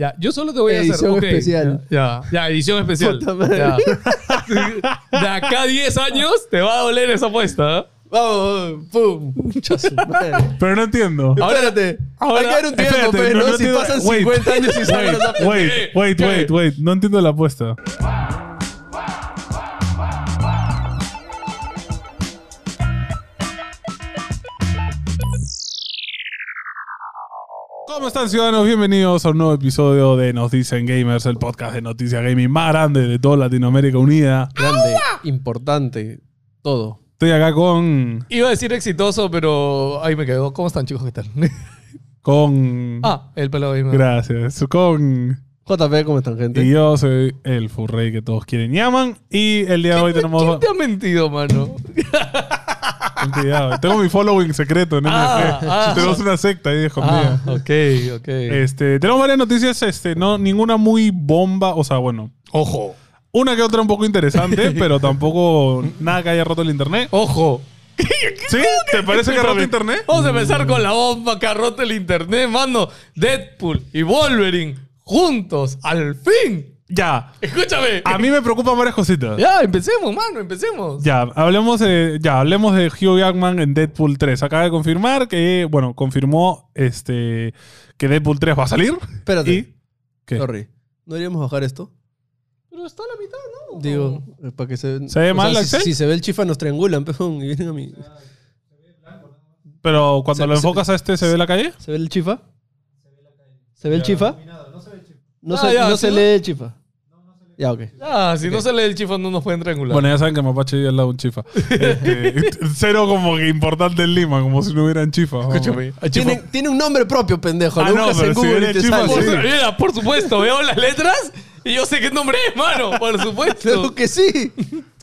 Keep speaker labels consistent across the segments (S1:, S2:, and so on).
S1: Ya, yo solo te voy a hacer.
S2: Edición
S1: ok,
S2: especial.
S1: Ya, ya, edición especial.
S2: Puta madre.
S1: Ya. De acá a 10 años te va a doler esa apuesta. ¿eh?
S2: Vamos, pum. Chazo, madre.
S3: Pero no entiendo.
S1: Ahora-
S2: Espérate.
S1: ahora-
S2: Hay que dar un tiempo,
S3: espérate,
S2: pero
S3: no, no
S2: si
S3: te-
S2: pasan
S3: wait.
S2: 50 años y salen los
S3: Wait, wait, wait,
S1: ¿Qué?
S3: wait, wait. No entiendo la apuesta. ¿Cómo están ciudadanos? Bienvenidos a un nuevo episodio de Nos Dicen Gamers, el podcast de noticias gaming más grande de toda Latinoamérica Unida.
S2: Grande, importante, todo.
S3: Estoy acá con...
S1: Iba a decir exitoso, pero ahí me quedo. ¿Cómo están, chicos? ¿Qué tal?
S3: con...
S1: ah, el pelado ahí me-
S3: Gracias. Con...
S2: JP, ¿cómo están, gente?
S3: Y yo soy el Furrey que todos quieren y aman. Y el día de hoy tenemos...
S1: ¿Quién te ha mentido, mano?
S3: Ten cuidado. Tengo mi following secreto, no
S1: Ah, ah.
S3: Tenemos una secta ahí
S1: Ah,
S3: escondida.
S1: ok, ok.
S3: Este, tenemos varias noticias, este, no, ninguna muy bomba, o sea, bueno,
S1: Ojo.
S3: una que otra un poco interesante, pero tampoco nada que haya roto el internet.
S1: Ojo.
S3: ¿Sí? ¿Te parece que ha roto internet?
S1: Vamos a empezar con la bomba que ha roto el internet, mano. Deadpool y Wolverine juntos, al fin.
S3: Ya.
S1: Escúchame.
S3: A mí me preocupan varias cositas.
S1: Ya, empecemos, mano, empecemos.
S3: Ya, hablemos de, ya, hablemos de Hugh Jackman en Deadpool 3. Acaba de confirmar que, bueno, confirmó este, que Deadpool 3 va a salir.
S2: Espérate.
S3: ¿Y qué?
S2: Sorry. ¿No deberíamos bajar esto?
S1: Pero está a la mitad, ¿no?
S2: Digo, eh, para que se...
S3: ¿Se ve
S2: o
S3: mal,
S2: sea,
S3: Axel?
S2: Si, si se ve el chifa, nos triangulan, pejón, y vienen a mí.
S3: Pero cuando
S2: Se-
S3: lo
S2: se-
S3: enfocas a este, ¿se ve la calle?
S2: ¿Se ve el chifa? ¿Se ve el chifa? No
S1: Ah,
S2: se,
S1: ya,
S2: no
S1: ¿sí
S2: se
S1: no?
S2: lee el chifa. Ya, ok.
S1: Ah, si no sale el chifón no nos pueden triangular.
S3: Bueno, ya saben que Mapache ya es la un chifa. Este, cero como que importante en Lima, como si no hubieran chifa. vamos.
S1: escúchame. al chifón-
S2: Tiene, tiene un nombre propio, pendejo.
S3: Ah,
S2: Lo
S3: no,
S2: buscas
S3: pero
S2: en
S3: si
S2: Google
S3: viene
S2: y te
S3: chifa,
S1: Por,
S2: sale.
S3: sí.
S1: su- mira, por supuesto, veo las letras y yo sé qué nombre es, mano. Por
S2: Claro
S1: supuesto.
S2: que sí.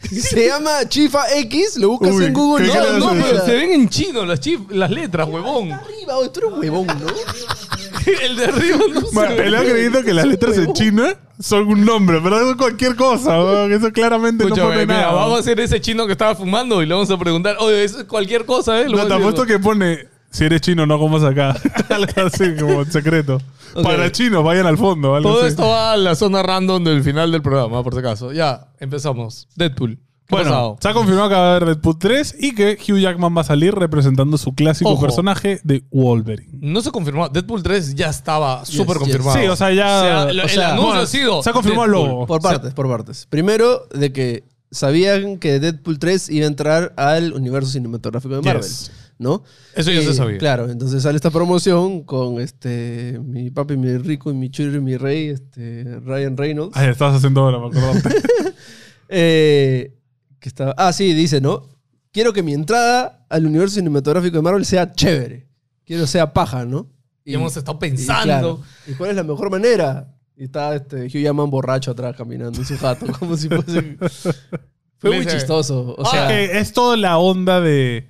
S2: Se llama Chifa X, lo buscas
S3: Uy,
S2: en Google.
S3: ¿qué
S2: No,
S3: crees?
S2: no,
S1: No, pero
S2: mira.
S1: se ven en chino las, chif- las letras, huevón.
S2: Arriba, oh, tú eres huevón, ¿no?
S1: El de arriba no se
S3: Ma,
S1: ve.
S3: Él ha creído que las letras en China son un nombre, pero es cualquier cosa. weón. Eso claramente no
S1: Escúchame,
S3: pone
S1: mira,
S3: nada.
S1: vamos a hacer ese chino que estaba fumando y le vamos a preguntar, oye, eso es cualquier cosa, ¿eh? Lo
S3: no,
S1: voy
S3: te
S1: a decir,
S3: apuesto que pone, si eres chino no comas acá. algo así, como en secreto.
S2: Ok.
S3: Para chinos, vayan al fondo. algo
S1: Todo
S3: así.
S1: esto va a la zona random del final del programa, por si acaso. Ya, empezamos. Deadpool. ¿Qué ha
S3: Bueno,
S1: pasado?
S3: se ha confirmado que va a haber Deadpool 3 y que Hugh Jackman va a salir representando su clásico
S1: Ojo.
S3: personaje de Wolverine.
S1: No se confirmó. Deadpool 3 ya estaba súper
S2: yes.
S1: confirmado.
S3: Sí, o sea,
S1: O
S3: ya.
S1: sea, lo-
S3: o
S1: el
S3: sea,
S1: anuncio
S3: bueno,
S1: ha sido.
S3: Se ha confirmado el
S1: Deadpool.
S3: logo.
S2: Por partes, por partes. Primero, de que sabían que Deadpool 3 iba a entrar al universo cinematográfico de Marvel,
S3: Yes.
S2: ¿no? Eh,
S1: Eso ya se sabía.
S2: Claro, entonces sale esta promoción con este mi papi, mi rico y mi chulo y mi rey, este Ryan Reynolds.
S3: Ay, estabas haciendo ahora, me acordé.
S2: Eh, que estaba, ah, sí, dice, ¿no? Quiero que mi entrada al universo cinematográfico de Marvel sea chévere. Quiero sea paja, ¿no?
S1: Y hemos estado
S2: y claro,
S1: pensando.
S2: ¿Y cuál es la mejor manera? Y está este, Hugh Jackman borracho atrás caminando en su jato, como si fuese... Fue muy
S1: Lisa.
S2: chistoso. O
S1: Ah,
S2: sea,
S3: Eh, es toda la onda de.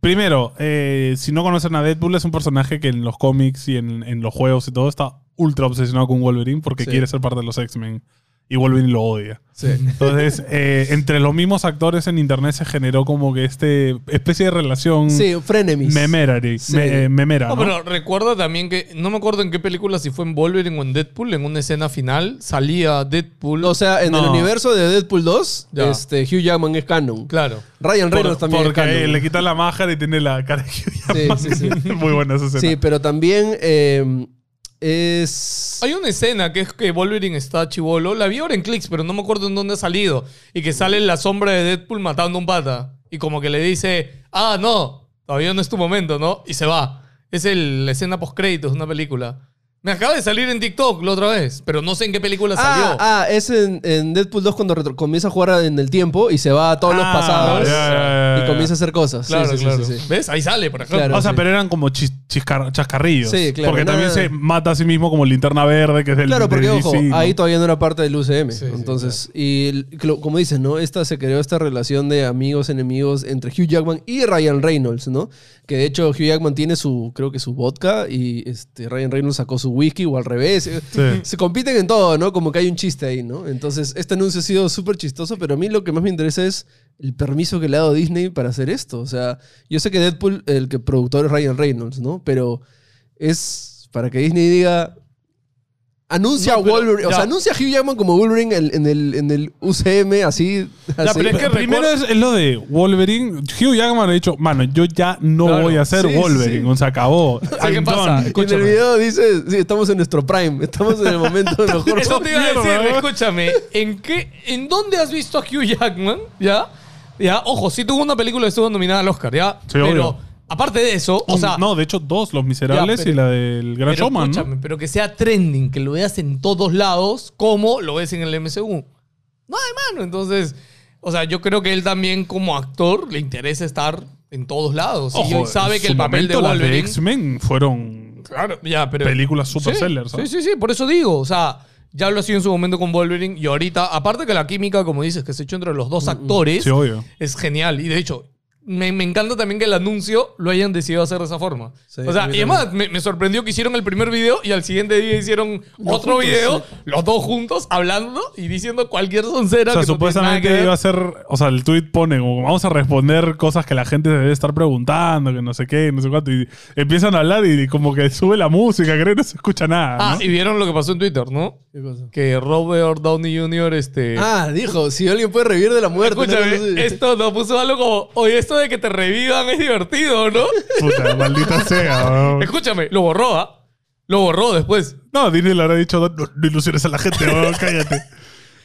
S3: Primero, eh, si no conocen a Deadpool, es un personaje que en los cómics y en, en los juegos y todo está ultra obsesionado con Wolverine porque
S2: Sí.
S3: quiere ser parte de los X-Men. Y Wolverine lo odia.
S2: sí.
S3: Entonces, eh, entre los mismos actores en internet se generó como que este especie de relación
S2: sí, frenemies.
S3: memera.
S2: Sí.
S3: me- eh, memera,
S1: No,
S3: ¿no?
S1: pero recuerda también que, no me acuerdo en qué película, si fue en Wolverine o en Deadpool, en una escena final salía Deadpool.
S2: O sea, en el
S3: No.
S2: universo de Deadpool 2,
S1: Ya.
S2: este, Hugh Jackman es canon.
S1: claro.
S2: Ryan
S3: Por-
S2: Reynolds también
S3: porque
S2: es canon.
S3: eh, le quita la máscara y tiene la cara de Hugh Jackman.
S2: Sí, sí,
S3: Muy buena esa escena.
S2: Sí, pero también eh, es...
S1: Hay una escena que es que Wolverine está chivolo. La vi ahora en clics, pero no me acuerdo en dónde ha salido. Y que sale la sombra de Deadpool matando a un pata. Y como que le dice, ah, no, todavía no es tu momento, ¿no? Y se va. Es el, la escena post-créditos de una película. Me acaba de salir en TikTok la otra vez, pero no sé en qué película
S2: Ah,
S1: salió.
S2: ah, es en, en Deadpool 2 cuando retro- comienza a jugar en el tiempo y se va a todos los
S3: Ah,
S2: pasados
S3: ya, ya, ya,
S2: y
S3: ya.
S2: comienza a hacer cosas. Sí,
S1: claro,
S2: sí, sí,
S1: claro.
S2: sí, sí.
S1: ¿Ves? Ahí sale, por ejemplo.
S2: Claro,
S3: o sea,
S2: sí.
S3: pero eran como chis- chiscar- chascarrillos.
S2: Sí, claro,
S3: Porque
S2: nada.
S3: también se mata a sí mismo como linterna verde, que es del.
S2: Claro, porque
S3: del
S2: ojo,
S3: DC, ¿no?
S2: ahí todavía no era parte del UCM.
S1: Sí, sí,
S2: entonces, y el- cl- como dices, ¿no? Esta se creó esta relación de amigos, enemigos entre Hugh Jackman y Ryan Reynolds, ¿no? Que de hecho Hugh Jackman tiene su, creo que su vodka y este, Ryan Reynolds sacó su whisky o al revés.
S3: Sí.
S2: Se compiten en todo, ¿no? Como que hay un chiste ahí, ¿no? Entonces, este anuncio ha sido súper chistoso, pero a mí lo que más me interesa es el permiso que le ha dado Disney para hacer esto. O sea, yo sé que Deadpool, el que productor es Ryan Reynolds, ¿no? Pero es para que Disney diga, Anuncia
S1: No,
S2: a
S1: pero-
S2: Wolverine, o
S1: ya.
S2: sea, anuncia a Hugh Jackman como Wolverine en, en el, en el UCM, así.
S1: Ya,
S2: así.
S1: pero es que
S3: Primero es, es lo de Wolverine. Hugh Jackman ha dicho, mano, yo ya no
S1: Claro,
S3: voy a ser
S2: sí,
S3: Wolverine.
S2: sí.
S3: Se acabó.
S1: sea, ¿qué
S3: I'm
S1: pasa?
S3: done.
S2: Y en el
S1: escúchame.
S2: video dice, sí, estamos en nuestro prime, estamos en el momento mejor.
S1: Eso te iba a
S3: mierda,
S1: decir,
S3: ¿verdad?
S1: escúchame, ¿en qué, en dónde has visto a Hugh Jackman? Ya, ya, ojo, sí tuvo una película que estuvo nominada al Oscar, ya,
S3: Sí,
S1: pero
S3: obvio.
S1: aparte de eso, o
S3: Un-
S1: sea,
S3: no, de hecho, dos, Los Miserables
S1: Ya, pero-
S3: y la del Gran
S1: pero,
S3: Showman. ¿no?
S1: escúchame, pero que sea trending, que lo veas en todos lados, como lo ves en el MCU. No hay mano, entonces, o sea, yo creo que él también como actor le interesa estar en todos lados y
S3: Ojo,
S1: él sabe
S3: en
S1: que
S3: su
S1: el papel de
S3: momento las
S1: Wolverine
S3: X-Men fueron
S1: Claro, ya, pero.
S3: películas super
S1: sí,
S3: sellers.
S1: Sí,
S3: ¿no?
S1: sí, sí, por eso digo. O sea, ya lo ha sido en su momento con Wolverine y ahorita, aparte que la química, como dices, que se echó entre los dos actores,
S3: Mm, Sí, obvio.
S1: es genial. Y de hecho, me, me encanta también que el anuncio lo hayan decidido hacer de esa forma.
S2: Sí,
S1: o sea,
S2: a mí
S1: y además, me, me sorprendió que hicieron el primer video y al siguiente día hicieron otro
S2: juntos,
S1: video, los dos juntos, hablando y diciendo cualquier soncera.
S3: O sea,
S1: que no tiene nada que
S3: supuestamente
S1: ver.
S3: iba a ser. O sea, el tweet pone como vamos a responder cosas que la gente se debe estar preguntando, que no sé qué, no sé cuánto. Y empiezan a hablar y como que sube la música, creo que no se escucha nada.
S1: Ah,
S3: ¿no?
S1: y vieron lo que pasó en Twitter, ¿no?
S2: ¿Qué cosa?
S1: Que Robert Downey Jr. este,
S2: Ah, dijo, si alguien puede revivir de la muerte. una cosa
S1: Escúchame,
S2: así.
S1: esto nos puso algo como, oye, esto de que te revivan es divertido, ¿no?
S3: Puta, maldita sea. ¿no?
S1: Escúchame, lo borró, ¿ah? Lo borró después.
S3: No, Disney le habrá dicho, no, no ilusiones a la gente, weón, cállate.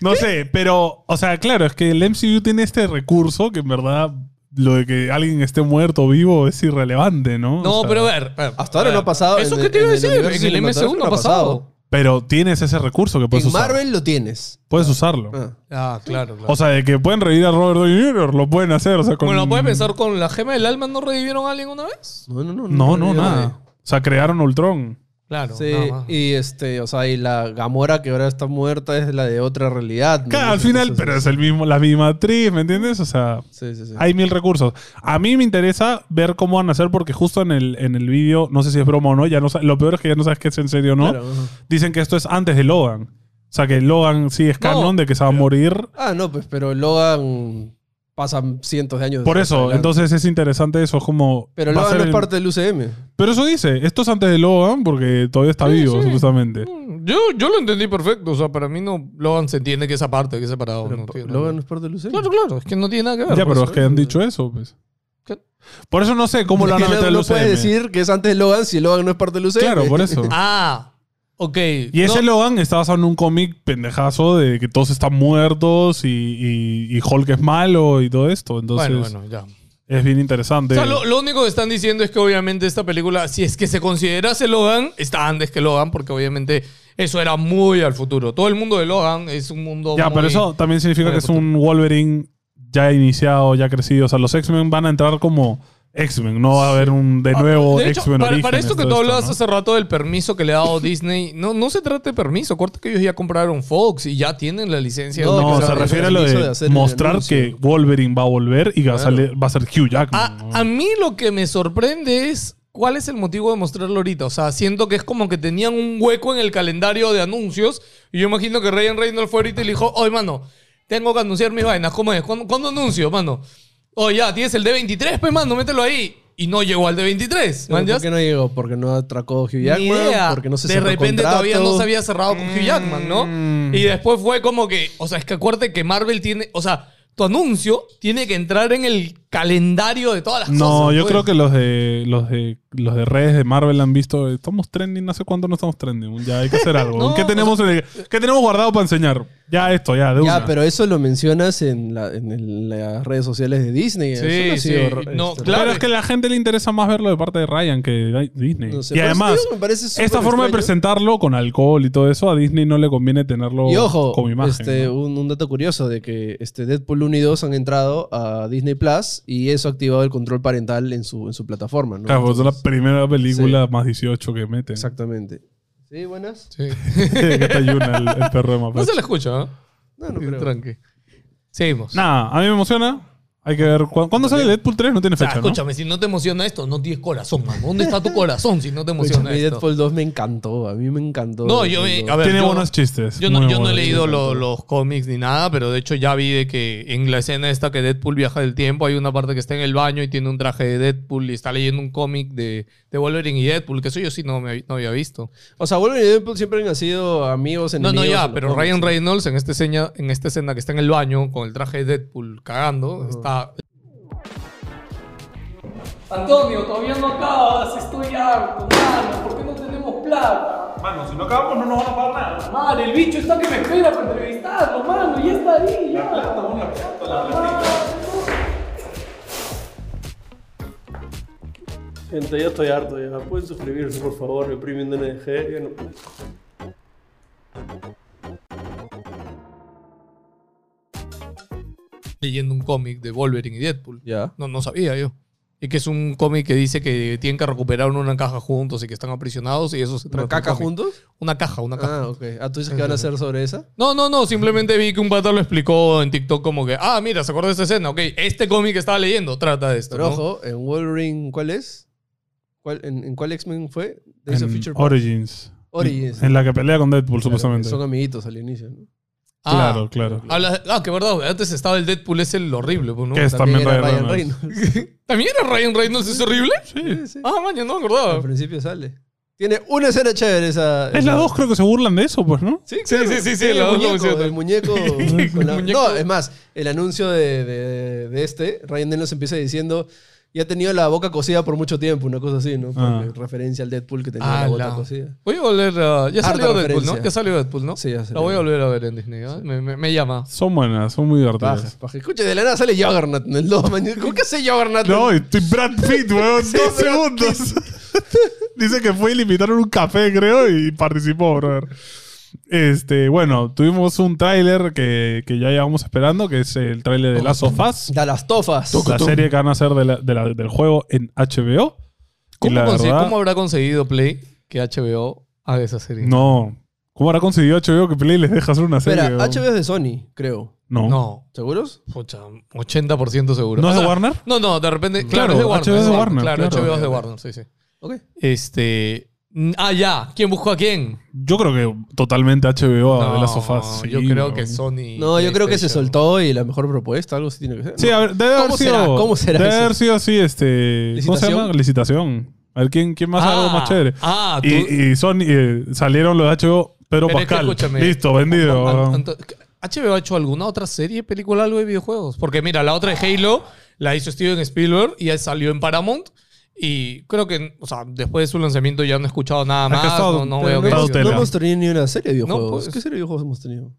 S3: No sé, pero, o sea, claro, es que el MCU tiene este recurso que en verdad lo de que alguien esté muerto o vivo es irrelevante, ¿no?
S1: No,
S3: O sea,
S1: pero a ver. a ver,
S2: Hasta ahora
S1: a ver.
S2: no ha pasado
S1: Eso
S2: en
S1: que
S2: el-
S1: te iba a
S2: en el
S1: decir,
S2: universo
S1: en el MCU no ha
S2: cinematográfico no ha
S1: pasado.
S3: Pero tienes ese recurso que puedes
S2: En
S3: usar.
S2: Marvel lo tienes.
S3: Puedes usarlo.
S2: Ah.
S1: Ah, claro, claro.
S3: O sea, de que pueden reír a Robert Downey Jr., lo pueden hacer. O sea, con...
S1: bueno, puedes pensar con la gema del alma, ¿no revivieron a alguien una vez?
S2: No, no, no.
S3: No, no,
S2: yo-
S3: nada. O sea, crearon Ultron.
S1: Claro.
S2: Sí,
S1: nada más.
S2: y este, o sea, y la Gamora que ahora está muerta es la de otra realidad. ¿no?
S3: Claro, al final,
S2: Entonces,
S3: pero es el mismo, la misma actriz, ¿me entiendes? O sea,
S2: Sí, sí, sí.
S3: Hay mil recursos. A mí me interesa ver cómo van a hacer, porque justo en el, en el vídeo, no sé si es broma o no, ya no sa- lo peor es que ya no sabes qué es en serio o no.
S2: Claro, ajá.
S3: Dicen que esto es antes de Logan. O sea, que Logan sí es
S1: No.
S3: canon de que se va a morir.
S2: Ah, no, pues, pero Logan pasan cientos de años.
S3: Por
S2: después
S3: eso,
S2: adelante.
S3: entonces es interesante eso, es como...
S2: Pero
S3: va a
S2: Logan
S3: ser
S2: no es
S3: el-
S2: parte del UCM.
S3: Pero eso dice, esto es antes de Logan porque todavía está
S1: Sí,
S3: vivo,
S1: sí.
S3: supuestamente.
S1: Mm, Yo, yo lo entendí perfecto. O sea, para mí no. Logan se entiende que esa parte, que separado.
S2: Pero
S1: no
S2: pa-
S1: tiene-
S2: Logan no es parte del UCM.
S1: Claro, claro. Es que no tiene nada que ver.
S3: ya,
S1: por
S3: pero es
S1: eso.
S3: que han dicho eso, pues.
S1: ¿Qué?
S3: Por eso no sé cómo lo van a
S2: Es que
S3: meter
S2: no,
S3: al
S2: no
S3: UCM.
S2: puedes decir que es antes de Logan si Logan no es parte del UCM.
S3: Claro, por eso.
S1: Ah, ok.
S3: Y ese
S1: No-
S3: Logan está basado en un cómic pendejazo de que todos están muertos y, y- y Hulk es malo y todo esto. Entonces
S1: Bueno, bueno, ya.
S3: es bien interesante.
S1: O sea, lo, lo único que están diciendo es que obviamente esta película, si es que se considerase Logan, está antes que Logan, porque obviamente eso era muy al futuro. Todo el mundo de Logan es un mundo.
S3: ya,
S1: muy-
S3: pero eso también significa
S1: muy
S3: que es
S1: apuntado.
S3: un Wolverine ya iniciado, ya crecido. O sea, los X-Men van a entrar como X-Men. No va a haber un de nuevo
S1: Ah, De hecho,
S3: X-Men
S1: para,
S3: Orígenes,
S1: para esto que tú
S3: todo
S1: hablabas
S3: ¿no?
S1: hace rato del permiso que le ha dado Disney, no, no se trata de permiso. Corta que ellos ya compraron Fox y ya tienen la licencia.
S2: No,
S1: de-
S3: No,
S2: que
S3: se
S2: se
S3: refiere a
S2: el
S3: lo
S2: permiso de
S3: de,
S2: hacer el
S3: mostrar
S2: anuncio.
S3: que Wolverine va a volver y que va a salir- va a ser Hugh Jackman. ¿no?
S1: A, a mí lo que me sorprende es cuál es el motivo de mostrarlo ahorita. O sea, siento que es como que tenían un hueco en el calendario de anuncios. Y yo imagino que Ryan Reynolds fue ahorita y le dijo, oye, mano, tengo que anunciar mis vainas. ¿Cómo es? ¿Cuándo, cuándo anuncio, mano? Oye, ya, tienes el D23, pues, mano, mételo ahí. Y no llegó al D23.
S2: Pero
S1: ¿man, ya?
S2: ¿Por qué no llegó? Porque no atracó Hugh
S1: Ni
S2: Jackman.
S1: idea.
S2: Porque no se
S1: De
S2: cerró el
S1: repente
S2: contrato. Mm.
S1: todavía no se había cerrado con Hugh Jackman, ¿no? Y después fue como que, o sea, es que acuérdate que Marvel tiene, o sea, tu anuncio tiene que entrar en el calendario de todas las cosas.
S3: No, yo
S1: pues.
S3: creo que los de los de los de redes de Marvel han visto. eh, Estamos trending, no sé cuánto no estamos trending. Ya hay que hacer algo.
S1: No,
S3: ¿Qué tenemos en el- qué tenemos guardado para enseñar? Ya esto, ya de
S2: Ya,
S3: una.
S2: pero eso lo mencionas en, la- en el- las redes sociales de Disney.
S1: Sí,
S2: Eso no ha
S1: sí.
S2: sido ro-
S1: No,
S2: este,
S1: claro.
S3: Pero es que a la gente le interesa más verlo de parte de Ryan que de Disney.
S2: no sé. Por eso
S3: y
S2: te
S3: además,
S2: digo, me parece súper
S3: esta forma de
S2: extraño.
S3: presentarlo con alcohol y todo eso, a Disney no le conviene tenerlo
S2: Y ojo,
S3: como imagen.
S2: este,
S3: ¿no?
S2: un, un dato curioso de que este Deadpool 1 y 2 han entrado a Disney Plus y eso ha activado el control parental en su, en su plataforma, ¿no?
S3: Claro, porque es la
S2: Entonces,
S3: primera película más 18 que meten.
S2: Exactamente. ¿Sí, buenas?
S1: Sí.
S3: que te ayuna el, el perro de
S1: No
S3: Mapache.
S1: se la escucha, ¿eh?
S2: No, no creo.
S1: Tranqui. Seguimos.
S3: Nada, a mí me emociona. Hay que ver. cu- ¿Cuándo sale Deadpool 3? No tiene
S1: O sea,
S3: fecha, ¿no?
S1: escúchame, si no te emociona esto, no tienes corazón, man. ¿Dónde está tu corazón si no te
S2: Pucha, Pues, a
S1: emociona
S2: mí
S1: esto?
S2: Deadpool 2 me encantó. A mí me encantó.
S1: No, yo, eh,
S2: Deadpool 2.
S1: a ver,
S3: Tiene
S1: yo-
S3: buenos chistes.
S1: Yo no,
S3: muy
S1: yo no he
S3: buenos
S1: leído
S3: chistes.
S1: lo- los cómics ni nada, pero de hecho ya vi de que en la escena esta que Deadpool viaja del tiempo, hay una parte que está en el baño y tiene un traje de Deadpool y está leyendo un cómic de, de Wolverine y Deadpool, que eso yo sí no, me, hab- no había visto.
S2: O sea, Wolverine y Deadpool siempre han sido amigos,
S1: No,
S2: enemigos.
S1: no,
S2: en
S1: ya,
S2: los
S1: pero
S2: cómics.
S1: Ryan Reynolds en esta, escena, en esta escena que está en el baño con el traje de Deadpool cagando, está... Antonio, todavía no acabas, estoy harto, mano, ¿por qué no tenemos plata?
S4: Mano, si no acabamos no nos van a pagar nada.
S1: Man, el bicho está que me espera para entrevistarlo, mano, ya está ahí, ya. Ah,
S5: Gente, ya estoy harto ya. Pueden suscribirse, por favor, el Premium DNG. Ya no puedo.
S1: Leyendo un cómic de Wolverine y Deadpool.
S2: Ya.
S1: No, no sabía yo. Y que es un cómic que dice que tienen que recuperar una caja juntos y que están aprisionados y eso se trata.
S2: ¿Una
S1: el
S2: caca
S1: cómic.
S2: juntos?
S1: Una caja, una caja.
S2: Ah, ok. Ah, tú dices que van a hacer sobre esa.
S1: No, no, no. Simplemente vi que un pata lo explicó en TikTok como que, ah, mira, se acordó de esta escena. Ok, este cómic que estaba leyendo trata de esto.
S2: Pero
S1: ¿no?
S2: ojo, en Wolverine, ¿cuál es? ¿Cuál, en, en cuál X-Men fue? Days of
S3: En
S2: Future Past.
S3: Origins.
S2: Origins.
S3: En la que pelea con Deadpool,
S2: Claro,
S3: supuestamente.
S2: Son amiguitos al inicio, ¿no?
S1: Ah,
S3: Claro, claro.
S1: habla- ah, que verdad. Antes estaba el Deadpool, es el horrible. pues, ¿no?
S3: Que es también
S2: era
S3: Ryan Reynolds.
S1: ¿También era Ryan Reynolds ese horrible?
S3: Sí.
S2: Sí, sí.
S1: Ah, man, yo no me
S2: Al
S1: acordaba.
S2: principio sale. Tiene una escena chévere esa.
S3: Es la 2, creo que se burlan de eso, pues, ¿no?
S2: Sí,
S1: Sí,
S2: claro.
S1: sí, sí, sí,
S2: Tiene
S1: la dos la
S2: el muñeco.
S1: menciona.
S2: El muñeco, con la-
S1: muñeco.
S2: No, es más, el anuncio de, de- de este, Ryan Reynolds empieza diciendo. Ya ha tenido la boca cosida por mucho tiempo, una cosa así, ¿no?
S3: Ah.
S2: Porque Referencia al Deadpool que tenía
S1: Ah,
S2: la boca
S1: la-
S2: cosida.
S1: Voy a volver a... Ya
S2: Harta
S1: salió Deadpool, ¿no?
S2: referencia.
S1: Ya salió Deadpool, ¿no?
S2: Sí, ya
S1: La
S2: salió.
S1: voy a volver a ver en Disney. ¿ah? Me, me- me llama.
S3: Son buenas, son muy
S2: Baja,
S3: divertidas.
S2: baja. Escucha, de la nada sale Juggernaut en el 2, man. ¿Cómo que hace Juggernaut?
S3: No, y estoy Brad Pitt, weón. dos segundos. Dice que fue y le invitaron un café, creo, y participó, brother. Este, bueno, tuvimos un tráiler que, que ya llevamos esperando, que es el tráiler de Last of Us.
S2: Da las tofas.
S3: La serie que van a hacer de la- de la- del juego en HBO. Y
S1: ¿Cómo,
S3: la
S1: consi-
S3: verdad-
S1: cómo habrá conseguido Play que HBO haga esa serie?
S3: No. ¿Cómo habrá conseguido HBO que Play les deja hacer una serie?
S2: Espera,
S3: weón?
S2: HBO es de Sony, creo.
S3: No. No,
S1: No.
S2: ¿Seguros?
S1: Pucha, 80% seguro. O
S3: es de
S1: sea,
S3: Warner?
S1: No, no, de repente... Claro,
S3: Claro,
S1: es de Warner.
S3: HBO es de Warner,
S1: Claro,
S3: claro.
S1: HBO es de Warner, sí, sí.
S2: Ok.
S1: Este... mm, Ah, ya. ¿Quién buscó a quién?
S3: Yo creo que totalmente HBO a
S1: No,
S3: de las sofás.
S1: Yo creo que Sony...
S2: No, yo creo que se
S1: PlayStation.
S2: soltó y la mejor propuesta, algo así tiene que ser.
S3: Sí,
S2: ¿no?
S3: a ver, debe haber
S2: ¿Cómo
S3: sido.
S2: será? ¿Cómo será
S3: Debe
S2: eso?
S3: haber sido así, este. ¿Cómo se llama? Licitación. A ver quién, quién más algo más chévere.
S1: Ah, tú...
S3: Y, y Sony, eh, salieron los de HBO, Pedro
S1: Pero es que
S3: Pascal.
S1: escúchame.
S3: Listo, vendido.
S1: An- Anto- ¿HBO ha hecho alguna otra serie, película, algo de videojuegos? Porque mira, la otra de Halo la hizo Steven Spielberg y ya salió en Paramount. Y creo que, o sea, después de su lanzamiento ya no he escuchado nada
S3: que ha
S1: más.
S3: estado-
S1: no, no
S2: Pero
S1: veo
S2: no,
S1: que-
S3: estado
S2: hemos,
S3: tela.
S2: no hemos tenido ni una serie de
S1: No,
S2: videojuegos.
S1: pues.
S2: ¿Qué serie de videojuegos hemos tenido?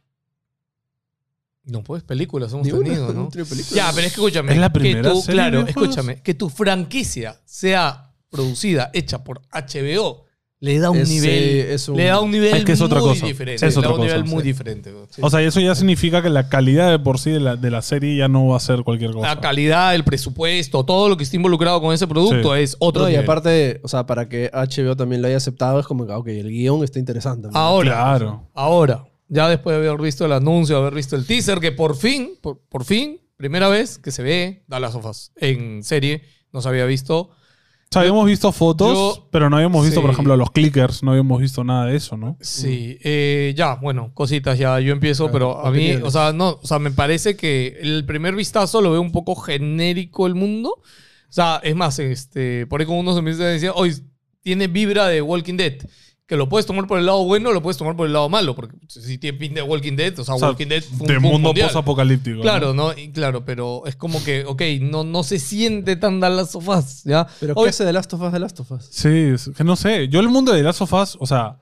S1: No, pues películas hemos
S2: Ni una,
S1: tenido,
S2: no
S1: ¿no?
S2: tiene películas.
S1: Ya, pero es que escúchame.
S3: Es la
S1: que
S3: primera
S1: tú,
S3: serie pues.
S1: Claro,
S3: de videojuegos.
S1: escúchame. Que tu franquicia sea producida, hecha por HBO, le da un
S2: Ese
S1: nivel.
S2: es un-
S1: Le da un nivel
S3: Es que es otra
S1: muy
S3: cosa.
S1: diferente.
S3: Es
S1: le da
S3: otra
S1: un nivel
S3: cosa,
S1: muy
S3: sí.
S1: diferente. ¿no?
S3: O sea, eso ya significa que la calidad de por sí de la, de la serie ya no va a ser cualquier cosa.
S1: La calidad, el presupuesto, todo lo que está involucrado con ese producto es otro.
S2: No, y
S1: nivel.
S2: aparte, o sea, para que HBO también lo haya aceptado, es como que, ok, el guión está interesante. man.
S1: ahora,
S3: Claro.
S1: ahora, ya después de haber visto el anuncio, haber visto el teaser, que por fin, por, por fin, primera vez que se ve Dallas of Us en serie, no se había visto.
S3: O sea, habíamos visto fotos,
S1: yo-
S3: pero no habíamos visto, por
S1: Sí.
S3: ejemplo, a los clickers, no habíamos visto nada de eso, ¿no?
S1: Sí, eh, ya, bueno, cositas, ya yo empiezo, pero a mí,
S2: opiniones.
S1: o sea, no, o sea, me parece que el primer vistazo lo veo un poco genérico el mundo. O sea, es más, este, por ahí con unos amigos decía, hoy tiene vibra de Walking Dead. Que lo puedes tomar por el lado bueno, lo puedes tomar por el lado malo, porque si tiene pinta de Walking Dead, o sea,
S3: O sea,
S1: Walking Dead fue un
S3: de
S1: boom
S3: mundo
S1: mundial.
S3: posapocalíptico. ¿no?
S1: Claro, ¿no? Y claro, pero es como que, ok, no, no se siente tan dar las sofás, ¿ya?
S2: Pero
S1: Hoy-
S2: ¿qué hace de Last of Us de Last of Us?
S3: Sí, es que no sé. Yo el mundo de las sofás, o sea,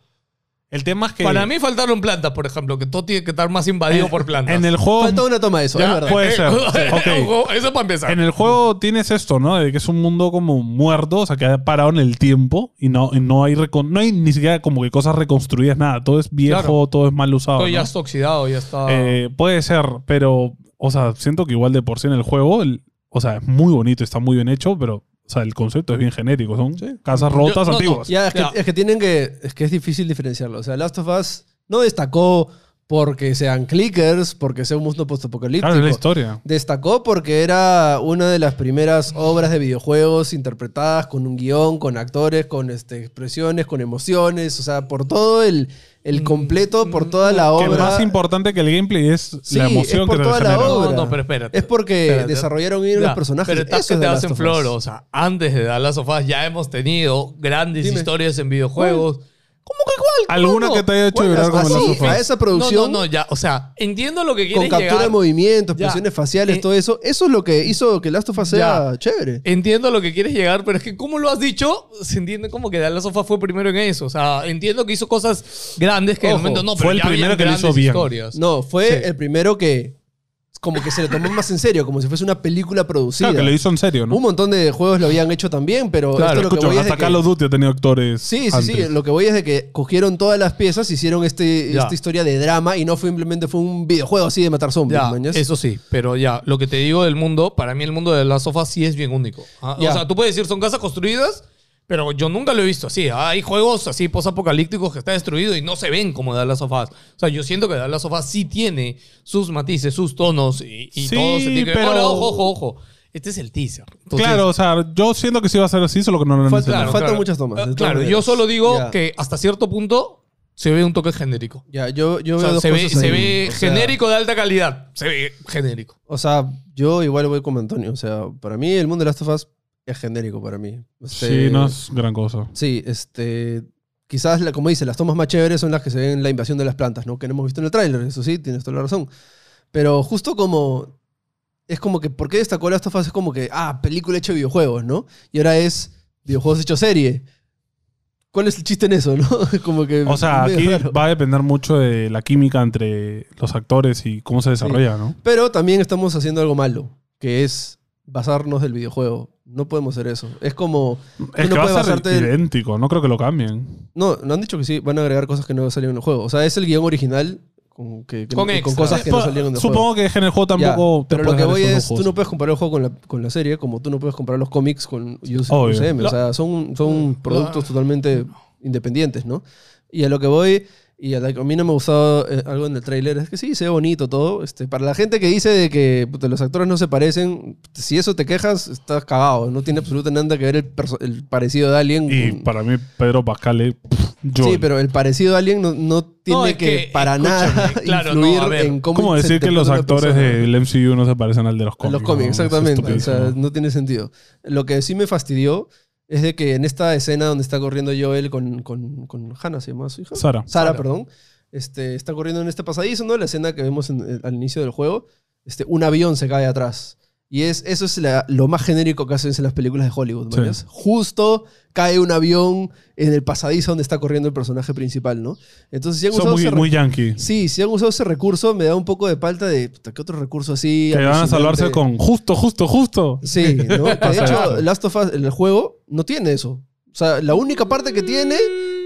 S3: el tema es que.
S1: Para mí faltaron plantas, por ejemplo, que todo tiene que estar más invadido por plantas.
S3: En el juego.
S2: Falta una toma de eso,
S3: Oh, Ya,
S2: es verdad.
S3: pues. Puede ser, sí.
S1: Eh, Ojo, Eso para empezar.
S3: En el juego tienes esto, ¿no? De que es un mundo como muerto, o sea, que ha parado en el tiempo y no, y no, hay, recon- no hay ni siquiera como que cosas reconstruidas, nada. Todo es viejo,
S1: Claro.
S3: todo es mal usado.
S1: Todo ya
S3: ¿no?
S1: está oxidado, ya está.
S3: Eh, puede ser, pero, o sea, siento que igual de por sí en el juego, el- o sea, es muy bonito, está muy bien hecho, pero, o sea, el concepto es bien genérico. Son casas rotas
S1: no, no.
S3: antiguas.
S2: Ya, es que,
S1: Ya.
S2: es que tienen que. Es que es difícil diferenciarlo. O sea, Last of Us no destacó porque sean clickers, porque sea un mundo postapocalíptico.
S3: Claro, es la historia.
S2: Destacó porque era una de las primeras obras de videojuegos interpretadas con un guión, con actores, con este, expresiones, con emociones, o sea, por todo el, el completo, por toda la
S3: Mm, Que
S2: obra.
S3: más importante que el gameplay es
S2: Sí,
S3: la emoción
S2: es por
S3: que te
S2: toda la
S3: genera.
S1: No,
S2: obra.
S1: no, pero espérate.
S2: Es porque
S1: Espérate.
S2: desarrollaron bien los
S1: Ya,
S2: personajes.
S1: Pero estás
S2: Eso
S1: que
S2: es
S1: te
S2: The Last
S1: hacen
S2: of Us.
S1: flor. O sea, antes de Dallas of Us ya hemos tenido grandes
S2: Dime.
S1: historias en videojuegos. ¿Cómo que cuál?
S3: Alguna
S1: ¿Cómo?
S3: que te haya hecho
S1: ¿Cuál?
S3: llorar como
S1: Así,
S3: Last of Us.
S2: a esa producción
S1: No, no, no, ya. O sea, entiendo lo que quieres
S2: con captura
S1: llegar.
S2: de movimientos,
S1: Ya.
S2: expresiones faciales,
S1: Eh,
S2: todo eso. Eso es lo que hizo que Last of Us sea chévere.
S1: Entiendo lo que quieres llegar, pero es que como lo has dicho, se entiende como que Dallas of Us fue primero en eso. O sea, entiendo que hizo cosas grandes que de
S2: Ojo,
S1: momento no, pero
S3: fue el
S1: ya habían
S3: primero que lo hizo
S1: grandes
S3: bien.
S1: historias.
S2: No, fue
S1: pues. Sí.
S2: el primero que como que se le tomó más en serio, como si fuese una película producida.
S3: Claro, que lo hizo en serio, ¿no?
S2: Un montón de juegos lo habían hecho también, pero
S3: Claro,
S2: esto lo que
S3: escucha,
S2: voy es de
S3: hasta
S2: que-
S3: Call of Duty ha tenido actores.
S2: Sí, sí, sí.
S3: antes.
S2: Lo que voy es de que cogieron todas las piezas, hicieron este,
S1: Ya.
S2: esta historia de drama y no fue simplemente fue un videojuego así de matar zombies.
S1: Ya,
S2: mañas.
S1: eso sí, pero ya, lo que te digo del mundo, para mí el mundo de las sofas sí es bien único. Ah,
S2: Ya.
S1: O sea, tú puedes decir, son casas construidas, pero yo nunca lo he visto así. Ah, Hay juegos así posapocalípticos que está destruido y no se ven como de las sofás. O sea, yo siento que de las sofás sí tiene sus matices, sus tonos y, y
S3: Sí,
S1: todo se tiene que
S3: pero-
S1: Ahora, ojo, ojo, ojo. Este es el teaser. Entonces, eh,
S3: claro, o sea, yo siento que sí va a ser así, solo que no lo han
S2: Fue-
S3: enseñado.
S2: claro. faltan muchas tomas, de
S1: Ah,
S2: todas
S1: Claro, yo
S2: maneras.
S1: solo digo
S2: Ya.
S1: que hasta cierto punto se ve un toque genérico.
S2: Ya, yo, yo
S1: O
S2: veo
S1: sea,
S2: dos
S1: se ve,
S2: cosas
S1: se
S2: ahí.
S1: ve
S2: O sea,
S1: genérico de alta calidad. Se ve genérico.
S2: O sea, yo igual voy como Antonio. O sea, para mí el mundo de Last of Us es genérico para mí. Este,
S3: Sí, no es gran cosa.
S2: Sí, este. Quizás, la- como dice, las tomas más chéveres son las que se ven en la invasión de las plantas, ¿no? Que no hemos visto en el tráiler, eso sí, tienes toda la razón. Pero justo como. Es como que, ¿por qué destacó Last of Us? Es como que, ah, película hecha de videojuegos, ¿no? Y ahora es videojuegos hecho serie. ¿Cuál es el chiste en eso, no? como que.
S3: O sea,
S2: medio
S3: aquí
S2: raro.
S3: va a depender mucho de la química entre los actores y cómo se desarrolla, ¿no?
S2: Pero también estamos haciendo algo malo, que es basarnos del videojuego. No podemos hacer eso. Es como.
S3: Es
S2: no
S3: que va
S2: puedes
S3: a ser
S2: basarte del-
S3: idéntico, no creo que lo cambien.
S2: No, no han dicho que sí, van a agregar cosas que no salieron en el juego. O sea, es el guión original con, que, que-
S1: Con
S2: y
S1: extras.
S2: cosas Ah, que no
S3: Pa-
S2: salieron en el juego.
S3: Supongo que en el juego tampoco
S2: Ya,
S3: te
S2: pero lo
S3: puedes
S2: que
S3: dar
S2: voy
S3: esos
S2: es,
S3: lujos.
S2: tú no puedes comparar el juego con la, con la serie, como tú no puedes comparar los cómics con UC-
S3: Obvio. Mm. Ah.
S2: UCM. O
S1: Lo-
S2: sea, son, son productos totalmente independientes, ¿no? Y a lo que voy, y a, la que a mí no me ha gustado eh, algo en el tráiler, es que sí, se ve bonito todo. Este, para la gente que dice de que puta, los actores no se parecen, si eso te quejas, estás cagado. No tiene absolutamente nada que ver el, perso- el parecido de alguien
S3: Y para mí, Pedro Pascal es. pff, yo-
S2: Mm. Sí, pero el parecido a alguien no, no tiene
S1: es
S2: que,
S1: que,
S2: para
S1: escúchame,
S2: nada
S1: claro, no,
S2: influir
S1: a ver,
S2: en cómo
S3: ¿Cómo
S2: se
S3: decir que los
S2: interpreta una
S3: actores
S2: persona?
S3: del MCU no se parecen al de los cómics?
S2: Los cómics,
S3: ¿no? Es
S2: exactamente. O sea,
S3: estupidísimo.
S2: no tiene sentido. Lo que sí me fastidió es de que en esta escena donde está corriendo Joel con, con, con Hannah, ¿se llama su hija?
S3: Sara.
S2: Sara, perdón. Este, está corriendo en este pasadizo, ¿no? La escena que vemos en- en- al inicio del juego. Este, un avión se cae atrás. Y es, eso es la- lo más genérico que hacen en las películas de Hollywood. ¿no
S3: Sí.
S2: ves? Justo cae un avión en el pasadizo donde está corriendo el personaje principal, ¿no? Entonces, si han
S3: Son
S2: usado,
S3: muy,
S2: ese, re-
S3: muy yankee.
S2: sí, si han usado ese recurso, me da un poco de falta de puta, ¿qué otro recurso así?
S3: Que van a
S2: alucinante?
S3: salvarse con justo, justo, justo.
S2: Sí, ¿no? Que de
S3: Pasa
S2: hecho,
S3: esto.
S2: Last of Us, el juego, no tiene eso. O sea, la única parte que tiene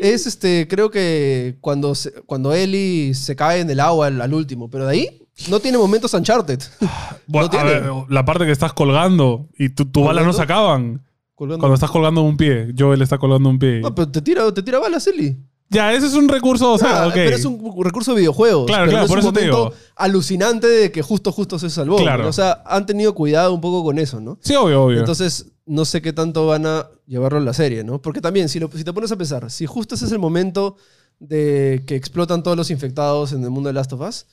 S2: es, este, creo que cuando, se- cuando Ellie se cae en el agua al, al último. Pero de ahí, no tiene momentos Uncharted.
S3: Bueno,
S2: No
S3: a
S2: tiene.
S3: ver, la parte que estás colgando y tu- tus balas no se acaban.
S2: Colgando.
S3: Cuando estás colgando un pie, Joel está colgando un pie.
S2: No, pero te tira, te tira balas, Ellie.
S3: Ya, ese es un recurso, o sea,
S2: Ah,
S3: ok.
S2: Pero es un recurso de videojuegos.
S3: Claro,
S2: pero
S3: claro,
S2: no es
S3: por
S2: un
S3: eso te
S2: momento
S3: digo.
S2: alucinante de que justo, justo se salvó.
S3: Claro.
S2: ¿no? O sea, han tenido cuidado un poco con eso, ¿no?
S3: Sí, obvio, obvio.
S2: Entonces, no sé qué tanto van a llevarlo a la serie, ¿no? Porque también, si, lo- si te pones a pensar, si justo ese es el momento de que explotan todos los infectados en el mundo de Last of Us,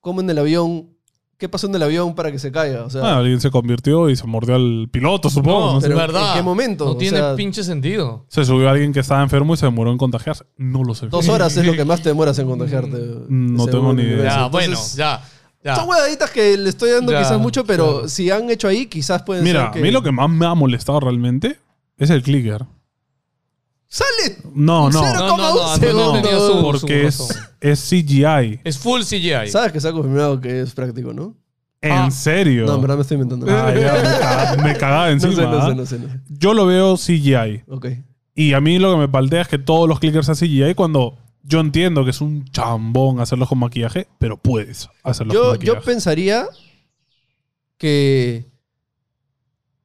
S2: ¿cómo en el avión? ¿Qué pasó en el avión para que se caiga? O sea,
S3: Ah, alguien se convirtió y se mordió al piloto, supongo.
S1: No,
S3: no
S1: es
S3: sé.
S2: pero
S1: verdad.
S2: ¿en qué momento?
S1: No
S2: O
S1: tiene
S2: sea-
S1: pinche sentido.
S3: Se subió alguien que estaba enfermo y se demoró en contagiarse. No lo sé.
S2: dos horas es lo que más te demoras en contagiarte.
S3: No
S2: según
S3: tengo ni
S2: el
S3: idea.
S1: Ya,
S2: universo.
S1: Ah, bueno,
S2: pues, Entonces,
S1: ya. ya.
S2: Son huevaditas que le estoy dando
S1: Ya,
S2: quizás mucho, pero
S1: claro.
S2: si han hecho ahí, quizás pueden
S3: Mira,
S2: ser
S3: a mí lo que más me ha molestado realmente es el clicker.
S2: ¡Sale!
S3: No, no.
S2: Cero.
S1: No, no,
S3: No,
S1: no,
S2: Pero
S1: Antonio
S2: como un
S1: tenía
S2: segundo.
S1: su- su
S3: porque es,
S1: razón.
S3: es CGI.
S1: Es full CGI.
S2: Sabes que se ha confirmado que es práctico, ¿no?
S1: Ah.
S3: En serio.
S2: No, en verdad me estoy inventando.
S3: Ah, ya, me cagaba- me cagaba
S2: no,
S3: encima.
S2: sé, no
S3: ¿ah?
S2: sé, no sé, no sé.
S3: Yo lo veo CGI.
S2: Ok.
S3: Y a mí lo que me paltea es que todos los clickers hacen CGI cuando yo entiendo que es un chambón hacerlos con maquillaje, pero puedes hacerlos con
S2: yo, yo
S3: maquillaje.
S2: pensaría que.